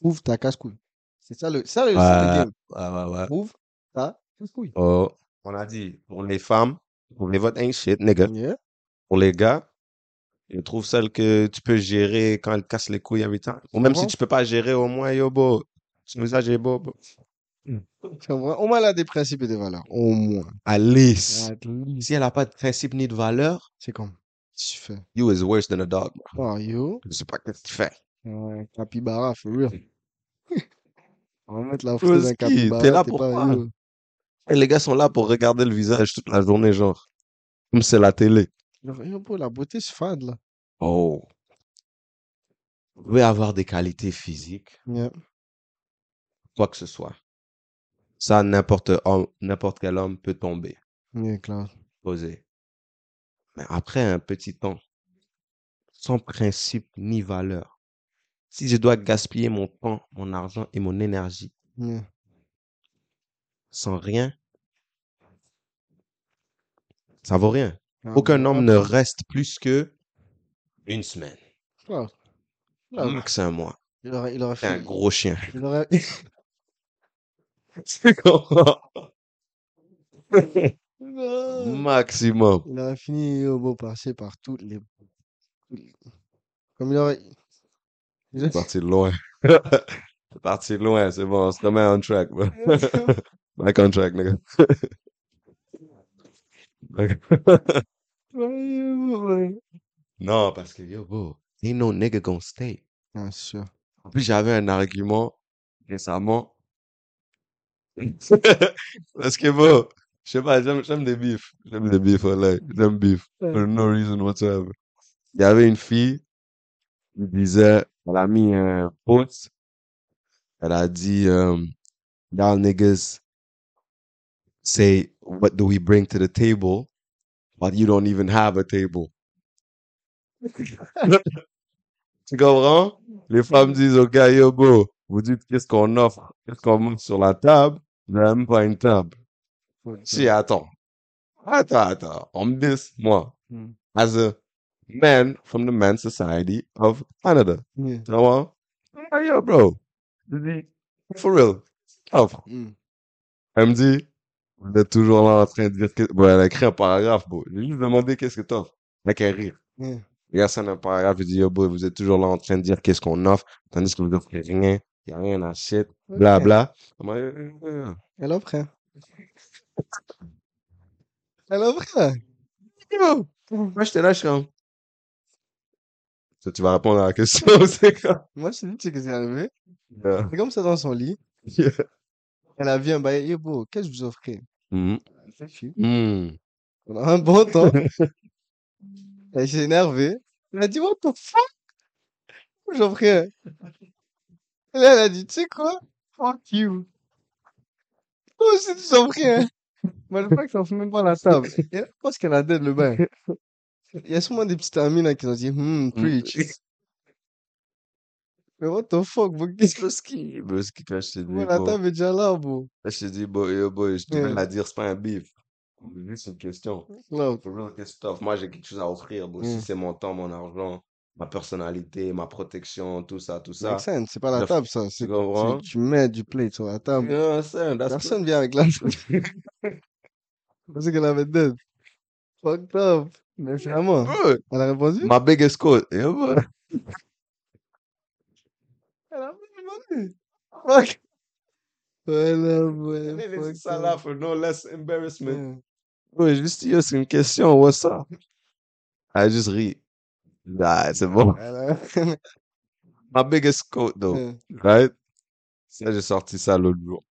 [SPEAKER 2] Ouvre ta casse-couille. C'est ça le, ça le, ça le
[SPEAKER 1] Ouais.
[SPEAKER 2] game.
[SPEAKER 1] Ouais, ouais, ouais.
[SPEAKER 2] Ouvre ta casse-couille.
[SPEAKER 1] Oh, on a dit, pour les femmes, pour les votes ain't shit, nigga.
[SPEAKER 2] Yeah.
[SPEAKER 1] Pour les gars, je trouve celle que tu peux gérer quand elle casse les couilles every time. Ou même si
[SPEAKER 2] Ouais.
[SPEAKER 1] tu peux pas gérer, au moins, yo, bo, ce message est beau, bo.
[SPEAKER 2] Tu vois, Au moins, elle a des principes et des valeurs. Au moins.
[SPEAKER 1] Alice.
[SPEAKER 2] At least.
[SPEAKER 1] Si elle a pas de principe ni de valeur,
[SPEAKER 2] C'est comme. Tu fais.
[SPEAKER 1] you is worse than a dog. bro.
[SPEAKER 2] Oh, yo.
[SPEAKER 1] Je sais pas qu'est-ce que tu fais.
[SPEAKER 2] Ouais, capybara, for real. On va mettre la photo
[SPEAKER 1] Parce
[SPEAKER 2] d'un
[SPEAKER 1] que
[SPEAKER 2] capybara.
[SPEAKER 1] t'es là pour
[SPEAKER 2] pas,
[SPEAKER 1] quoi
[SPEAKER 2] yo.
[SPEAKER 1] Et les gars sont là pour regarder le visage toute la journée, genre. Comme c'est la télé.
[SPEAKER 2] Genre, yo, bro, la beauté, c'est fade, là.
[SPEAKER 1] Oh. Vous pouvez avoir des qualités physiques,
[SPEAKER 2] Yeah.
[SPEAKER 1] quoi que ce soit. Ça, n'importe homme, n'importe quel homme peut tomber,
[SPEAKER 2] Yeah, clair.
[SPEAKER 1] poser. Mais après un petit temps, sans principe ni valeur, si je dois gaspiller mon temps, mon argent et mon énergie
[SPEAKER 2] Yeah.
[SPEAKER 1] sans rien, ça vaut rien.
[SPEAKER 2] Ah,
[SPEAKER 1] Aucun
[SPEAKER 2] bah,
[SPEAKER 1] homme ne reste plus que une semaine, Ah.
[SPEAKER 2] clair. Clair.
[SPEAKER 1] max un mois.
[SPEAKER 2] Il aurait, il aurait
[SPEAKER 1] T'es
[SPEAKER 2] fait.
[SPEAKER 1] un gros chien.
[SPEAKER 2] Il aurait.
[SPEAKER 1] Tu comprends?
[SPEAKER 2] Non.
[SPEAKER 1] Maximum.
[SPEAKER 2] Il aurait fini au beau passé par toutes les. toutes les- Comme il aurait. Il
[SPEAKER 1] C'est parti loin. C'est parti loin, c'est bon, on se remet on track, bro.
[SPEAKER 2] aurait-
[SPEAKER 1] Back on track, nigga. Back- non, parce que yo, bro, ain't no nigga gonna stay.
[SPEAKER 2] Ah, c'est sûr.
[SPEAKER 1] En plus, j'avais un argument récemment. Parce que, bro, je sais pas, j'aime, j'aime des beefs. J'aime des beefs, like, j'aime beef. For no reason whatsoever. Il y avait une fille, qui disait, elle a mis un post. Elle a dit, euh, y'all niggas say, what do we bring to the table? But you don't even have a table. tu comprends? Les femmes disent au gars, yo, bro, vous dites qu'est-ce qu'on offre, qu'est-ce qu'on met sur la table? Vous n'avez même pas une table. Si, ah. attends. Attends, attends. On me dit, moi,
[SPEAKER 2] Hmm.
[SPEAKER 1] as a man from the Men's Society of Canada.
[SPEAKER 2] Yeah.
[SPEAKER 1] Tu comprends? Ah, yo, bro. Je dis, For real. Offre.
[SPEAKER 2] Mm.
[SPEAKER 1] Elle me dit, vous êtes toujours là en train de dire que, bon, elle a écrit un paragraphe, bro. J'ai juste demandé qu'est-ce que t'offres. Elle a qu'à rire.
[SPEAKER 2] Yeah.
[SPEAKER 1] Il y a ça dans le paragraphe, il dit, yo, boy, vous êtes toujours là en train de dire qu'est-ce qu'on offre, tandis que vous offrez rien, il n'y a rien à shit, bla,
[SPEAKER 2] Ok.
[SPEAKER 1] bla. I'm like, euh, euh, euh.
[SPEAKER 2] Elle offre. hein. Elle offre. hein.
[SPEAKER 1] Yo, euh, moi, j'étais là, je suis comme, Ça, tu vas répondre à la question, c'est quoi? Euh,
[SPEAKER 2] Moi, je te dis, tu sais que c'est arrivé.
[SPEAKER 1] Yeah.
[SPEAKER 2] C'est comme ça dans son lit.
[SPEAKER 1] Yeah.
[SPEAKER 2] Elle a vu un bail. Yo, bro, qu'est-ce que je vous offrais?
[SPEAKER 1] Mhm.
[SPEAKER 2] Elle fait chier.
[SPEAKER 1] Mhm.
[SPEAKER 2] Pendant un bon temps. Elle s'est énervée. Elle a dit, what the fuck? J'en prie. Et là, elle a dit, tu sais quoi? Fuck you. Oh, c'est du j'en prie. hein. Moi, je crois que ça fait même pas la table. Et là, je pense qu'elle a dead le bain. Il y a sûrement des petites amies là qui ont dit, hmm,
[SPEAKER 1] mm.
[SPEAKER 2] preach. Mais what the fuck, bro? Qu'est-ce que
[SPEAKER 1] Broski, broski, quand je te dis,
[SPEAKER 2] Bon, la
[SPEAKER 1] bon,
[SPEAKER 2] table est déjà là, bro.
[SPEAKER 1] quand je te dis, boy, yo, boy, je devais
[SPEAKER 2] Yeah.
[SPEAKER 1] la dire, c'est pas un beef. Juste une question.
[SPEAKER 2] Là,
[SPEAKER 1] For real, qu'est-ce que t'offres? Moi, j'ai quelque chose à offrir, bro. Si
[SPEAKER 2] Mm.
[SPEAKER 1] c'est mon temps, mon argent, ma personnalité, ma protection, tout ça, tout ça.
[SPEAKER 2] make sense, c'est pas la
[SPEAKER 1] Bref,
[SPEAKER 2] table, ça. C'est
[SPEAKER 1] comprends?
[SPEAKER 2] tu, tu mets du plate sur la table.
[SPEAKER 1] Yeah, son, that's
[SPEAKER 2] Personne vient avec la table. Parce qu'elle avait dead. Fucked up. Mais finalement,
[SPEAKER 1] Bro,
[SPEAKER 2] elle a répondu.
[SPEAKER 1] Hein? my biggest quote. Yeah, bro.
[SPEAKER 2] Elle a pas répondu. Fuck. Voilà, ouais.
[SPEAKER 1] Elle
[SPEAKER 2] fucked
[SPEAKER 1] dit ça
[SPEAKER 2] up.
[SPEAKER 1] là for no less embarrassment.
[SPEAKER 2] Yeah.
[SPEAKER 1] Bro, juste, yo, c'est une question. What's up? I just read. Nah, c'est bon.
[SPEAKER 2] Elle a-
[SPEAKER 1] My biggest quote, though.
[SPEAKER 2] Yeah.
[SPEAKER 1] Right? Ça, j'ai sorti ça l'autre jour.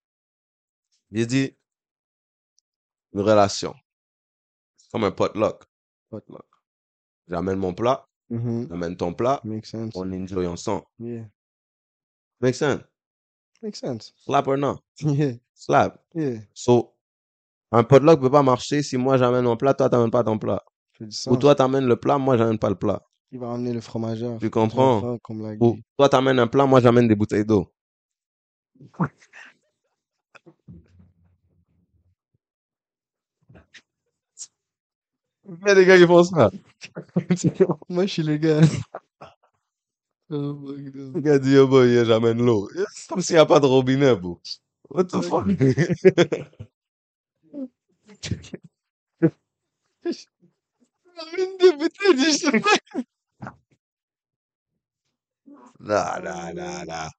[SPEAKER 1] J'ai dit, une relation. C'est comme un potluck. Potluck. J'amène mon plat,
[SPEAKER 2] Mhm.
[SPEAKER 1] j'amène ton plat,
[SPEAKER 2] Makes sense.
[SPEAKER 1] on enjoy ensemble.
[SPEAKER 2] Yeah.
[SPEAKER 1] Make sense?
[SPEAKER 2] Makes sense.
[SPEAKER 1] Slap or non?
[SPEAKER 2] Yeah.
[SPEAKER 1] Slap.
[SPEAKER 2] Yeah.
[SPEAKER 1] So, un potluck peut pas marcher si moi j'amène mon plat, toi t'amènes pas ton plat.
[SPEAKER 2] Fait du
[SPEAKER 1] Ou
[SPEAKER 2] sens.
[SPEAKER 1] toi t'amènes le plat, moi j'amène pas le plat.
[SPEAKER 2] Il va ramener le fromageur.
[SPEAKER 1] Tu comprends? Oh.
[SPEAKER 2] Enfin, Comme l'a
[SPEAKER 1] Ou
[SPEAKER 2] dit.
[SPEAKER 1] toi t'amènes un plat, moi j'amène des bouteilles d'eau. Il y a des gars qui font ça.
[SPEAKER 2] Moi, je suis le gars. Oh, fuck, no.
[SPEAKER 1] Le gars dit, yo boy, yeah, j'amène l'eau. C'est comme s'il n'y a pas de robinet, bro. What the fuck?
[SPEAKER 2] Ramène des bouteilles de champagne.
[SPEAKER 1] Nah, nah, nah, nah.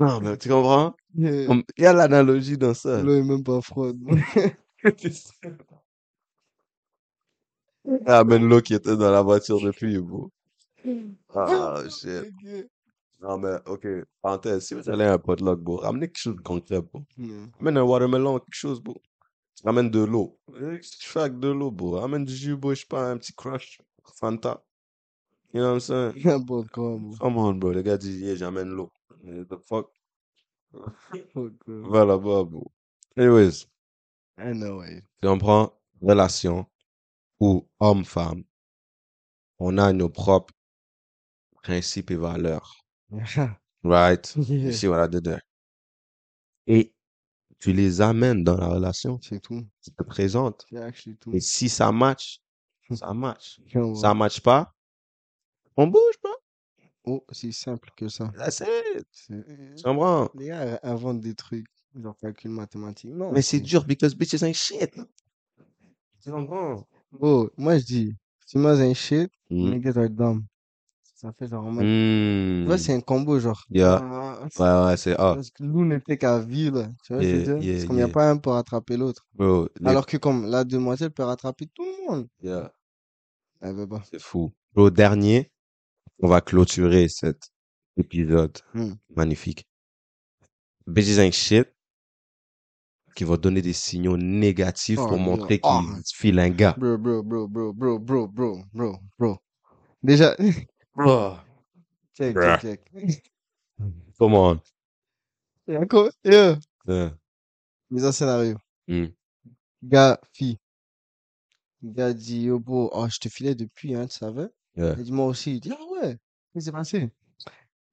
[SPEAKER 1] Non, mais tu comprends? Comme, Il y a l'analogie dans ça.
[SPEAKER 2] L'eau est même pas froide.
[SPEAKER 1] Amène l'eau qui était dans la voiture depuis, bro. Ah, shit.
[SPEAKER 2] Ok.
[SPEAKER 1] Non, mais, ok, parenthèse, si vous allez à un potluck, bro, ramenez quelque chose de concret, bro.
[SPEAKER 2] Yeah.
[SPEAKER 1] Ramène un watermelon, quelque chose, bro. Ramène de l'eau. Euh, qu'est-ce que Tu fais avec de l'eau, bro. Ramène du jus, bro, je sais pas, un petit crush, Fanta. You know what I'm saying?
[SPEAKER 2] N'importe quoi, bro.
[SPEAKER 1] Come on, bro. Le gars dit, yeah, j'amène l'eau. Eh, The fuck?
[SPEAKER 2] Fuck, bro.
[SPEAKER 1] Va là-bas, bro. Anyways,
[SPEAKER 2] I know it.
[SPEAKER 1] si on prend relation ou homme-femme, on a nos propres principes et valeurs.
[SPEAKER 2] Yeah.
[SPEAKER 1] Right? You
[SPEAKER 2] Yeah.
[SPEAKER 1] see what I did there? Et tu les amènes dans la relation,
[SPEAKER 2] C'est tout.
[SPEAKER 1] tu te présentes.
[SPEAKER 2] C'est actually tout.
[SPEAKER 1] Et si ça match, ça match.
[SPEAKER 2] Tiens,
[SPEAKER 1] Ça match pas, on bouge pas.
[SPEAKER 2] Oh, c'est simple que ça.
[SPEAKER 1] That's it.
[SPEAKER 2] C'est-
[SPEAKER 1] Tu comprends?
[SPEAKER 2] Les gars euh, inventent des trucs, genre calcul mathématique. Non,
[SPEAKER 1] Mais c'est dur because bitches ain't shit. Tu comprends?
[SPEAKER 2] Oh, moi je dis, si moi un shit,
[SPEAKER 1] Mm.
[SPEAKER 2] niggas are dumb. Ça fait genre en mode.
[SPEAKER 1] Mm.
[SPEAKER 2] Là, c'est un combo, genre.
[SPEAKER 1] Yeah.
[SPEAKER 2] Ah, c'est-
[SPEAKER 1] Ouais, ouais, c'est ah,
[SPEAKER 2] Parce que l'un n'était qu'à vivre, là. Tu vois, ce que je veux
[SPEAKER 1] Yeah,
[SPEAKER 2] dire?
[SPEAKER 1] yeah,
[SPEAKER 2] Parce qu'il n'y a
[SPEAKER 1] yeah.
[SPEAKER 2] pas un pour rattraper l'autre.
[SPEAKER 1] bro, les-
[SPEAKER 2] Alors que comme la demoiselle peut rattraper tout le monde.
[SPEAKER 1] yeah,
[SPEAKER 2] Elle veut pas.
[SPEAKER 1] c'est fou. Bro, dernier, on va clôturer cet épisode
[SPEAKER 2] Mm.
[SPEAKER 1] magnifique. Bitches ain't shit qui va donner des signaux négatifs
[SPEAKER 2] Oh,
[SPEAKER 1] pour
[SPEAKER 2] non.
[SPEAKER 1] montrer
[SPEAKER 2] Oh.
[SPEAKER 1] qu'il se file un gars.
[SPEAKER 2] Bro, bro, bro, bro, bro, bro, bro, bro, bro. Déjà, check,
[SPEAKER 1] Bruh.
[SPEAKER 2] check, check.
[SPEAKER 1] Come on.
[SPEAKER 2] Et encore, yeah.
[SPEAKER 1] Yeah.
[SPEAKER 2] Mise en scénario.
[SPEAKER 1] Hmm.
[SPEAKER 2] Gars, fille. Gars dit, yo, bro, oh, je te filais depuis, hein, tu savais?
[SPEAKER 1] Yeah.
[SPEAKER 2] Il dit, moi aussi. Il dit, ah ouais, qu'est-ce qui s'est passé?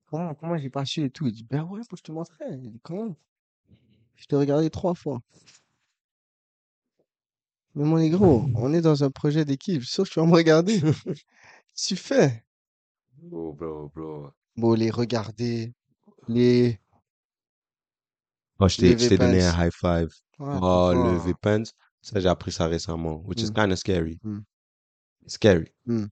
[SPEAKER 2] Comment, comment j'ai pas su et tout? Il dit, ben ouais, faut que je te montrais. Il dit, comment? Je t'ai regardé trois fois. Mais mon négro, on est dans un projet d'équipe, sauf que tu vas me regarder. Tu fais.
[SPEAKER 1] Oh, bro, bro.
[SPEAKER 2] Bon, les regarder, les.
[SPEAKER 1] Oh, je t'ai,
[SPEAKER 2] Lever
[SPEAKER 1] je t'ai donné
[SPEAKER 2] pince.
[SPEAKER 1] un high five.
[SPEAKER 2] Ouais,
[SPEAKER 1] Oh,
[SPEAKER 2] pourquoi?
[SPEAKER 1] le V-Pants. Ça, j'ai appris ça récemment, which is
[SPEAKER 2] Mm.
[SPEAKER 1] kind of scary.
[SPEAKER 2] Mm.
[SPEAKER 1] Scary.
[SPEAKER 2] Mm.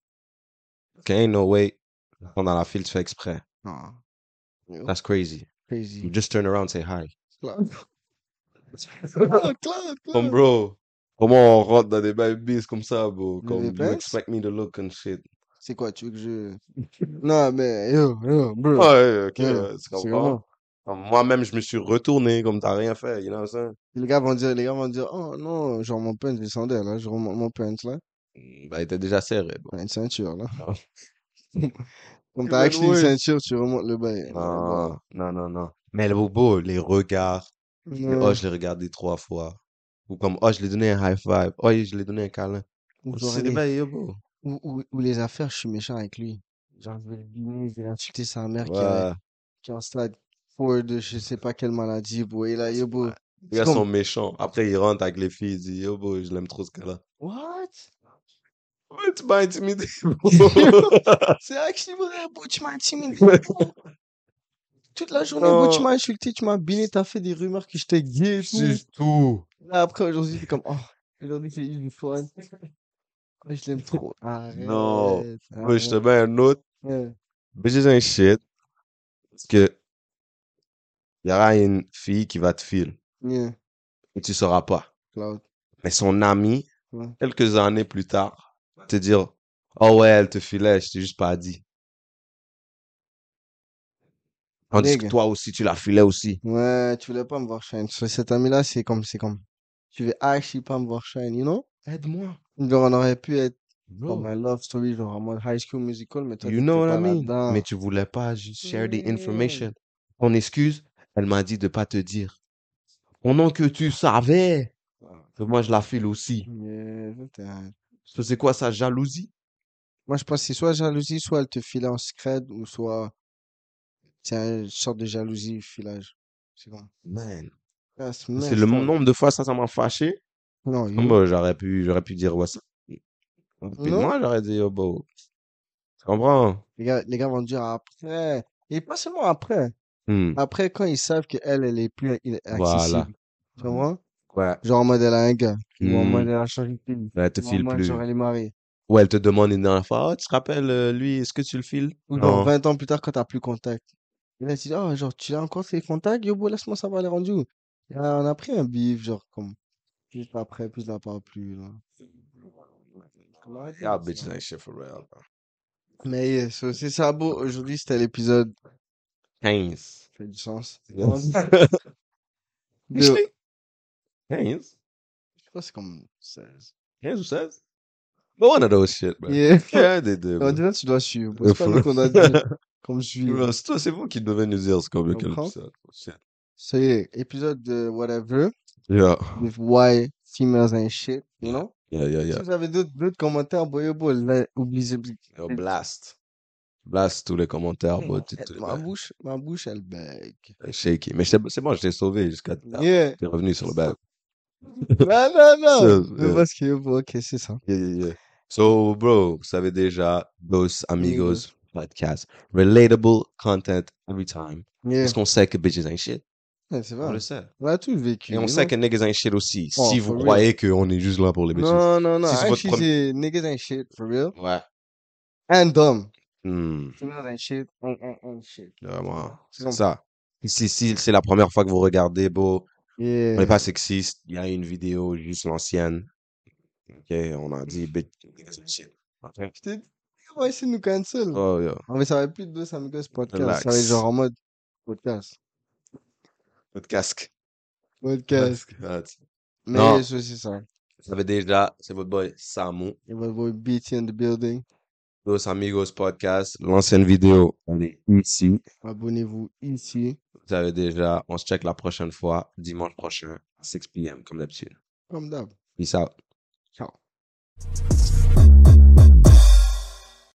[SPEAKER 1] Okay, ain't no way. Attends, Dans la file, tu fais exprès.
[SPEAKER 2] Non,
[SPEAKER 1] That's crazy. You
[SPEAKER 2] Ah. crazy.
[SPEAKER 1] just turn around, say hi.
[SPEAKER 2] Claude. Claude, Claude,
[SPEAKER 1] Comme
[SPEAKER 2] Claude.
[SPEAKER 1] bro. Comment on rentre dans des babies comme ça, bro?
[SPEAKER 2] Le
[SPEAKER 1] Comme you
[SPEAKER 2] V-Pants?
[SPEAKER 1] expect me to look and shit.
[SPEAKER 2] C'est quoi, tu veux que je. Non, mais yo, yo,
[SPEAKER 1] Hmm.
[SPEAKER 2] bro.
[SPEAKER 1] Ouais, ok,
[SPEAKER 2] Yeah,
[SPEAKER 1] ouais, tu
[SPEAKER 2] c'est
[SPEAKER 1] comprends? Comme Moi-même, je me suis retourné comme t'as rien fait, you know what I'm
[SPEAKER 2] Et Les gars vont dire, les gars vont dire, oh non, genre mon pants descendait là, genre mon, mon pants là,
[SPEAKER 1] saying? Bah, il était déjà serré, bro.
[SPEAKER 2] t'as une ceinture là.
[SPEAKER 1] Ah.
[SPEAKER 2] Comme
[SPEAKER 1] Even
[SPEAKER 2] t'as acheté une
[SPEAKER 1] worse.
[SPEAKER 2] ceinture, tu remontes le bail.
[SPEAKER 1] Non, non, non, non. Ben, Mais le bobo, les regards.
[SPEAKER 2] Ouais.
[SPEAKER 1] Oh, je l'ai regardé trois fois. Ou comme, oh, je l'ai donné un high five. Oh, je l'ai donné un câlin.
[SPEAKER 2] Ou, genre,
[SPEAKER 1] C'est des
[SPEAKER 2] les-
[SPEAKER 1] bails, yo, bro.
[SPEAKER 2] ou- ou- ou les affaires, je suis méchant avec lui. Genre, je vais le biner, je vais insulter sa mère qui, a,
[SPEAKER 1] Ouais.
[SPEAKER 2] qui est en stade 4 de je sais pas quelle maladie, bro. Et là, yo, bro.
[SPEAKER 1] Les
[SPEAKER 2] c'est
[SPEAKER 1] gars
[SPEAKER 2] comme,
[SPEAKER 1] sont méchants. Après, ils rentrent avec les filles. Ils disent, yo, bro, je l'aime trop ce gars-là.
[SPEAKER 2] What?
[SPEAKER 1] Ouais, tu m'as intimidé, bro.
[SPEAKER 2] C'est actually vrai, bro, tu m'as intimidé. Toute la journée, bro, tu
[SPEAKER 1] Non.
[SPEAKER 2] m'as insulté, tu m'as biné, t'as fait des rumeurs que j'étais gay et tout.
[SPEAKER 1] C'est tout.
[SPEAKER 2] Là, après, aujourd'hui, t'es comme, oh, Aujourd'hui, c'est uniforme. Ah, Je l'aime trop. Arrête.
[SPEAKER 1] Non. Moi,
[SPEAKER 2] Arrête.
[SPEAKER 1] je te mets un autre.
[SPEAKER 2] Ouais.
[SPEAKER 1] Bitches ain't shit. Parce que il y aura une fille qui va te filer
[SPEAKER 2] Yeah.
[SPEAKER 1] et tu sauras pas.
[SPEAKER 2] Cloud.
[SPEAKER 1] Mais son ami,
[SPEAKER 2] Ouais.
[SPEAKER 1] quelques années plus tard, va te dire Oh ouais, elle te filait, je t'ai juste pas dit. Tandis que
[SPEAKER 2] Nigga.
[SPEAKER 1] toi aussi, tu la filais aussi.
[SPEAKER 2] Ouais, tu voulais pas me voir shine. So, cet ami-là, c'est comme, c'est comme. Tu veux archi pas me voir shine, you know?
[SPEAKER 1] Aide-moi.
[SPEAKER 2] Genre, on aurait pu être
[SPEAKER 1] bro.
[SPEAKER 2] comme un love story, genre en mode high school musical, mais toi,
[SPEAKER 1] You
[SPEAKER 2] t'étais
[SPEAKER 1] know what
[SPEAKER 2] pas
[SPEAKER 1] I mean?
[SPEAKER 2] là-dedans.
[SPEAKER 1] Mais tu voulais pas juste share the
[SPEAKER 2] Ouais.
[SPEAKER 1] information. Ton excuse, elle m'a dit de pas te dire. Pendant que tu savais que moi je la file aussi.
[SPEAKER 2] Yeah, ça, t'es un-
[SPEAKER 1] Parce que C'est quoi ça, jalousie?
[SPEAKER 2] Moi, je pense que c'est soit jalousie, soit elle te filait en secret, ou soit c'est une sorte de jalousie, filage. C'est quoi?
[SPEAKER 1] Man.
[SPEAKER 2] Ah,
[SPEAKER 1] C'est le nombre de fois ça, ça m'a fâché.
[SPEAKER 2] Non, you-
[SPEAKER 1] Bah, j'aurais pu, j'aurais pu dire, ouais, ça. mmh, Puis
[SPEAKER 2] Mmh. Non.
[SPEAKER 1] moi, j'aurais dit, oh, bon. Tu comprends?
[SPEAKER 2] les gars, les gars vont dire après. Et pas seulement après.
[SPEAKER 1] Hmm.
[SPEAKER 2] Après, quand ils savent qu'elle, elle est plus il-
[SPEAKER 1] Voilà.
[SPEAKER 2] accessible. Tu vois?
[SPEAKER 1] Ouais.
[SPEAKER 2] Genre en mode, elle a un gars. Ou en
[SPEAKER 1] Hmm.
[SPEAKER 2] mode, elle a changé de pays.
[SPEAKER 1] Ouais, Elle te
[SPEAKER 2] Ou en
[SPEAKER 1] file
[SPEAKER 2] mode,
[SPEAKER 1] plus.
[SPEAKER 2] genre, elle est mariée.
[SPEAKER 1] Ou elle te demande une dernière fois, oh, tu te rappelles, euh, lui, est-ce que tu le files?
[SPEAKER 2] Ou genre 20 ans plus tard, quand t'as plus contact. Et là, tu dis, oh, genre, tu as encore ses contacts? Yo, bon, laisse-moi savoir les rendus. où. Et là, on a pris un bif, genre, comme, juste après, puis je la parle plus, là. Comme, arrêtez
[SPEAKER 1] Yeah,
[SPEAKER 2] de
[SPEAKER 1] Ah, bitch,
[SPEAKER 2] ça.
[SPEAKER 1] ain't shit for real.
[SPEAKER 2] Mais yeah, so, c'est ça, beau. Aujourd'hui, c'était l'épisode.
[SPEAKER 1] 15.
[SPEAKER 2] Ça fait du sens.
[SPEAKER 1] Yes.
[SPEAKER 2] De-
[SPEAKER 1] 15?
[SPEAKER 2] Je crois que c'est comme 16.
[SPEAKER 1] 15 ou 16? But one of those shit, man.
[SPEAKER 2] Yeah.
[SPEAKER 1] Yeah, they do.
[SPEAKER 2] On
[SPEAKER 1] man.
[SPEAKER 2] dirait que tu dois suivre.
[SPEAKER 1] Euh,
[SPEAKER 2] C'est pas nous
[SPEAKER 1] faut-
[SPEAKER 2] qu'on a dit. Comme je suis.
[SPEAKER 1] Non, C'est toi, c'est vous qui devez nous dire ce qu'on veut qu'elle
[SPEAKER 2] Comprends?
[SPEAKER 1] fasse. Shit.
[SPEAKER 2] Ça y est, épisode de Whatever,
[SPEAKER 1] Yeah.
[SPEAKER 2] with why females ain't shit, you know?
[SPEAKER 1] Yeah, yeah, yeah.
[SPEAKER 2] Si vous avez d'autres d'autres commentaires, boyo, boy, là, oubliez, oubliez.
[SPEAKER 1] Yo, blast. Blast tous les commentaires,
[SPEAKER 2] Mmh,
[SPEAKER 1] bro. Tu te-
[SPEAKER 2] Eh, Ma bouche, ma bouche, elle bug.
[SPEAKER 1] Shaky. Mais c'est c'est bon, je t'ai sauvé jusqu'à.
[SPEAKER 2] Mmh. Yeah.
[SPEAKER 1] T'es revenu sur le back.
[SPEAKER 2] Non, non, non.
[SPEAKER 1] Ça,
[SPEAKER 2] Mais
[SPEAKER 1] yeah.
[SPEAKER 2] parce que, yo, boy, ok, c'est ça.
[SPEAKER 1] Yeah, yeah, yeah. So, bro, vous savez déjà,
[SPEAKER 2] Mmh.
[SPEAKER 1] Dos Amigos
[SPEAKER 2] Amigos.
[SPEAKER 1] podcast. Relatable content every time.
[SPEAKER 2] Yeah.
[SPEAKER 1] Parce qu'on sait que bitches ain't shit.
[SPEAKER 2] Ouais, c'est
[SPEAKER 1] On
[SPEAKER 2] vrai.
[SPEAKER 1] le sait.
[SPEAKER 2] On a tous vécu.
[SPEAKER 1] Et on
[SPEAKER 2] you
[SPEAKER 1] sait
[SPEAKER 2] know?
[SPEAKER 1] que niggas ain't shit aussi.
[SPEAKER 2] Oh,
[SPEAKER 1] si vous
[SPEAKER 2] for real.
[SPEAKER 1] croyez qu'on est juste là pour les bitches.
[SPEAKER 2] Non, non, non.
[SPEAKER 1] Si c'est votre
[SPEAKER 2] Actually, c'est niggas ain't shit, for real.
[SPEAKER 1] Ouais.
[SPEAKER 2] And dumb.
[SPEAKER 1] Hmm.
[SPEAKER 2] Females ain't shit, ain't, ain't, ain't shit.
[SPEAKER 1] Vraiment.
[SPEAKER 2] C'est
[SPEAKER 1] C'est ça. Et Si, si c'est la première fois que vous regardez, bro, on n'est
[SPEAKER 2] Yeah.
[SPEAKER 1] pas sexiste. Il y a une vidéo, juste l'ancienne. Ok, on a dit bitch. niggas ain't shit. Ok.
[SPEAKER 2] Putain, on va essayer de nous cancel.
[SPEAKER 1] Oh, yeah.
[SPEAKER 2] On va savoir plus de deux Amigos podcast. Ça va
[SPEAKER 1] Relax.
[SPEAKER 2] être genre en mode podcast.
[SPEAKER 1] Notre casque.
[SPEAKER 2] Podcast.
[SPEAKER 1] That's-
[SPEAKER 2] Mais
[SPEAKER 1] Non.
[SPEAKER 2] ça, c'est ça.
[SPEAKER 1] Vous savez déjà, c'est votre boy Samu.
[SPEAKER 2] Et votre boy BT in the building.
[SPEAKER 1] Dos Amigos Podcast. L'ancienne vidéo, on est ici.
[SPEAKER 2] Abonnez-vous ici.
[SPEAKER 1] Vous savez déjà, on se check la prochaine fois, dimanche prochain, à 6 p.m. comme d'habitude.
[SPEAKER 2] Comme d'hab.
[SPEAKER 1] Peace out.
[SPEAKER 2] Ciao.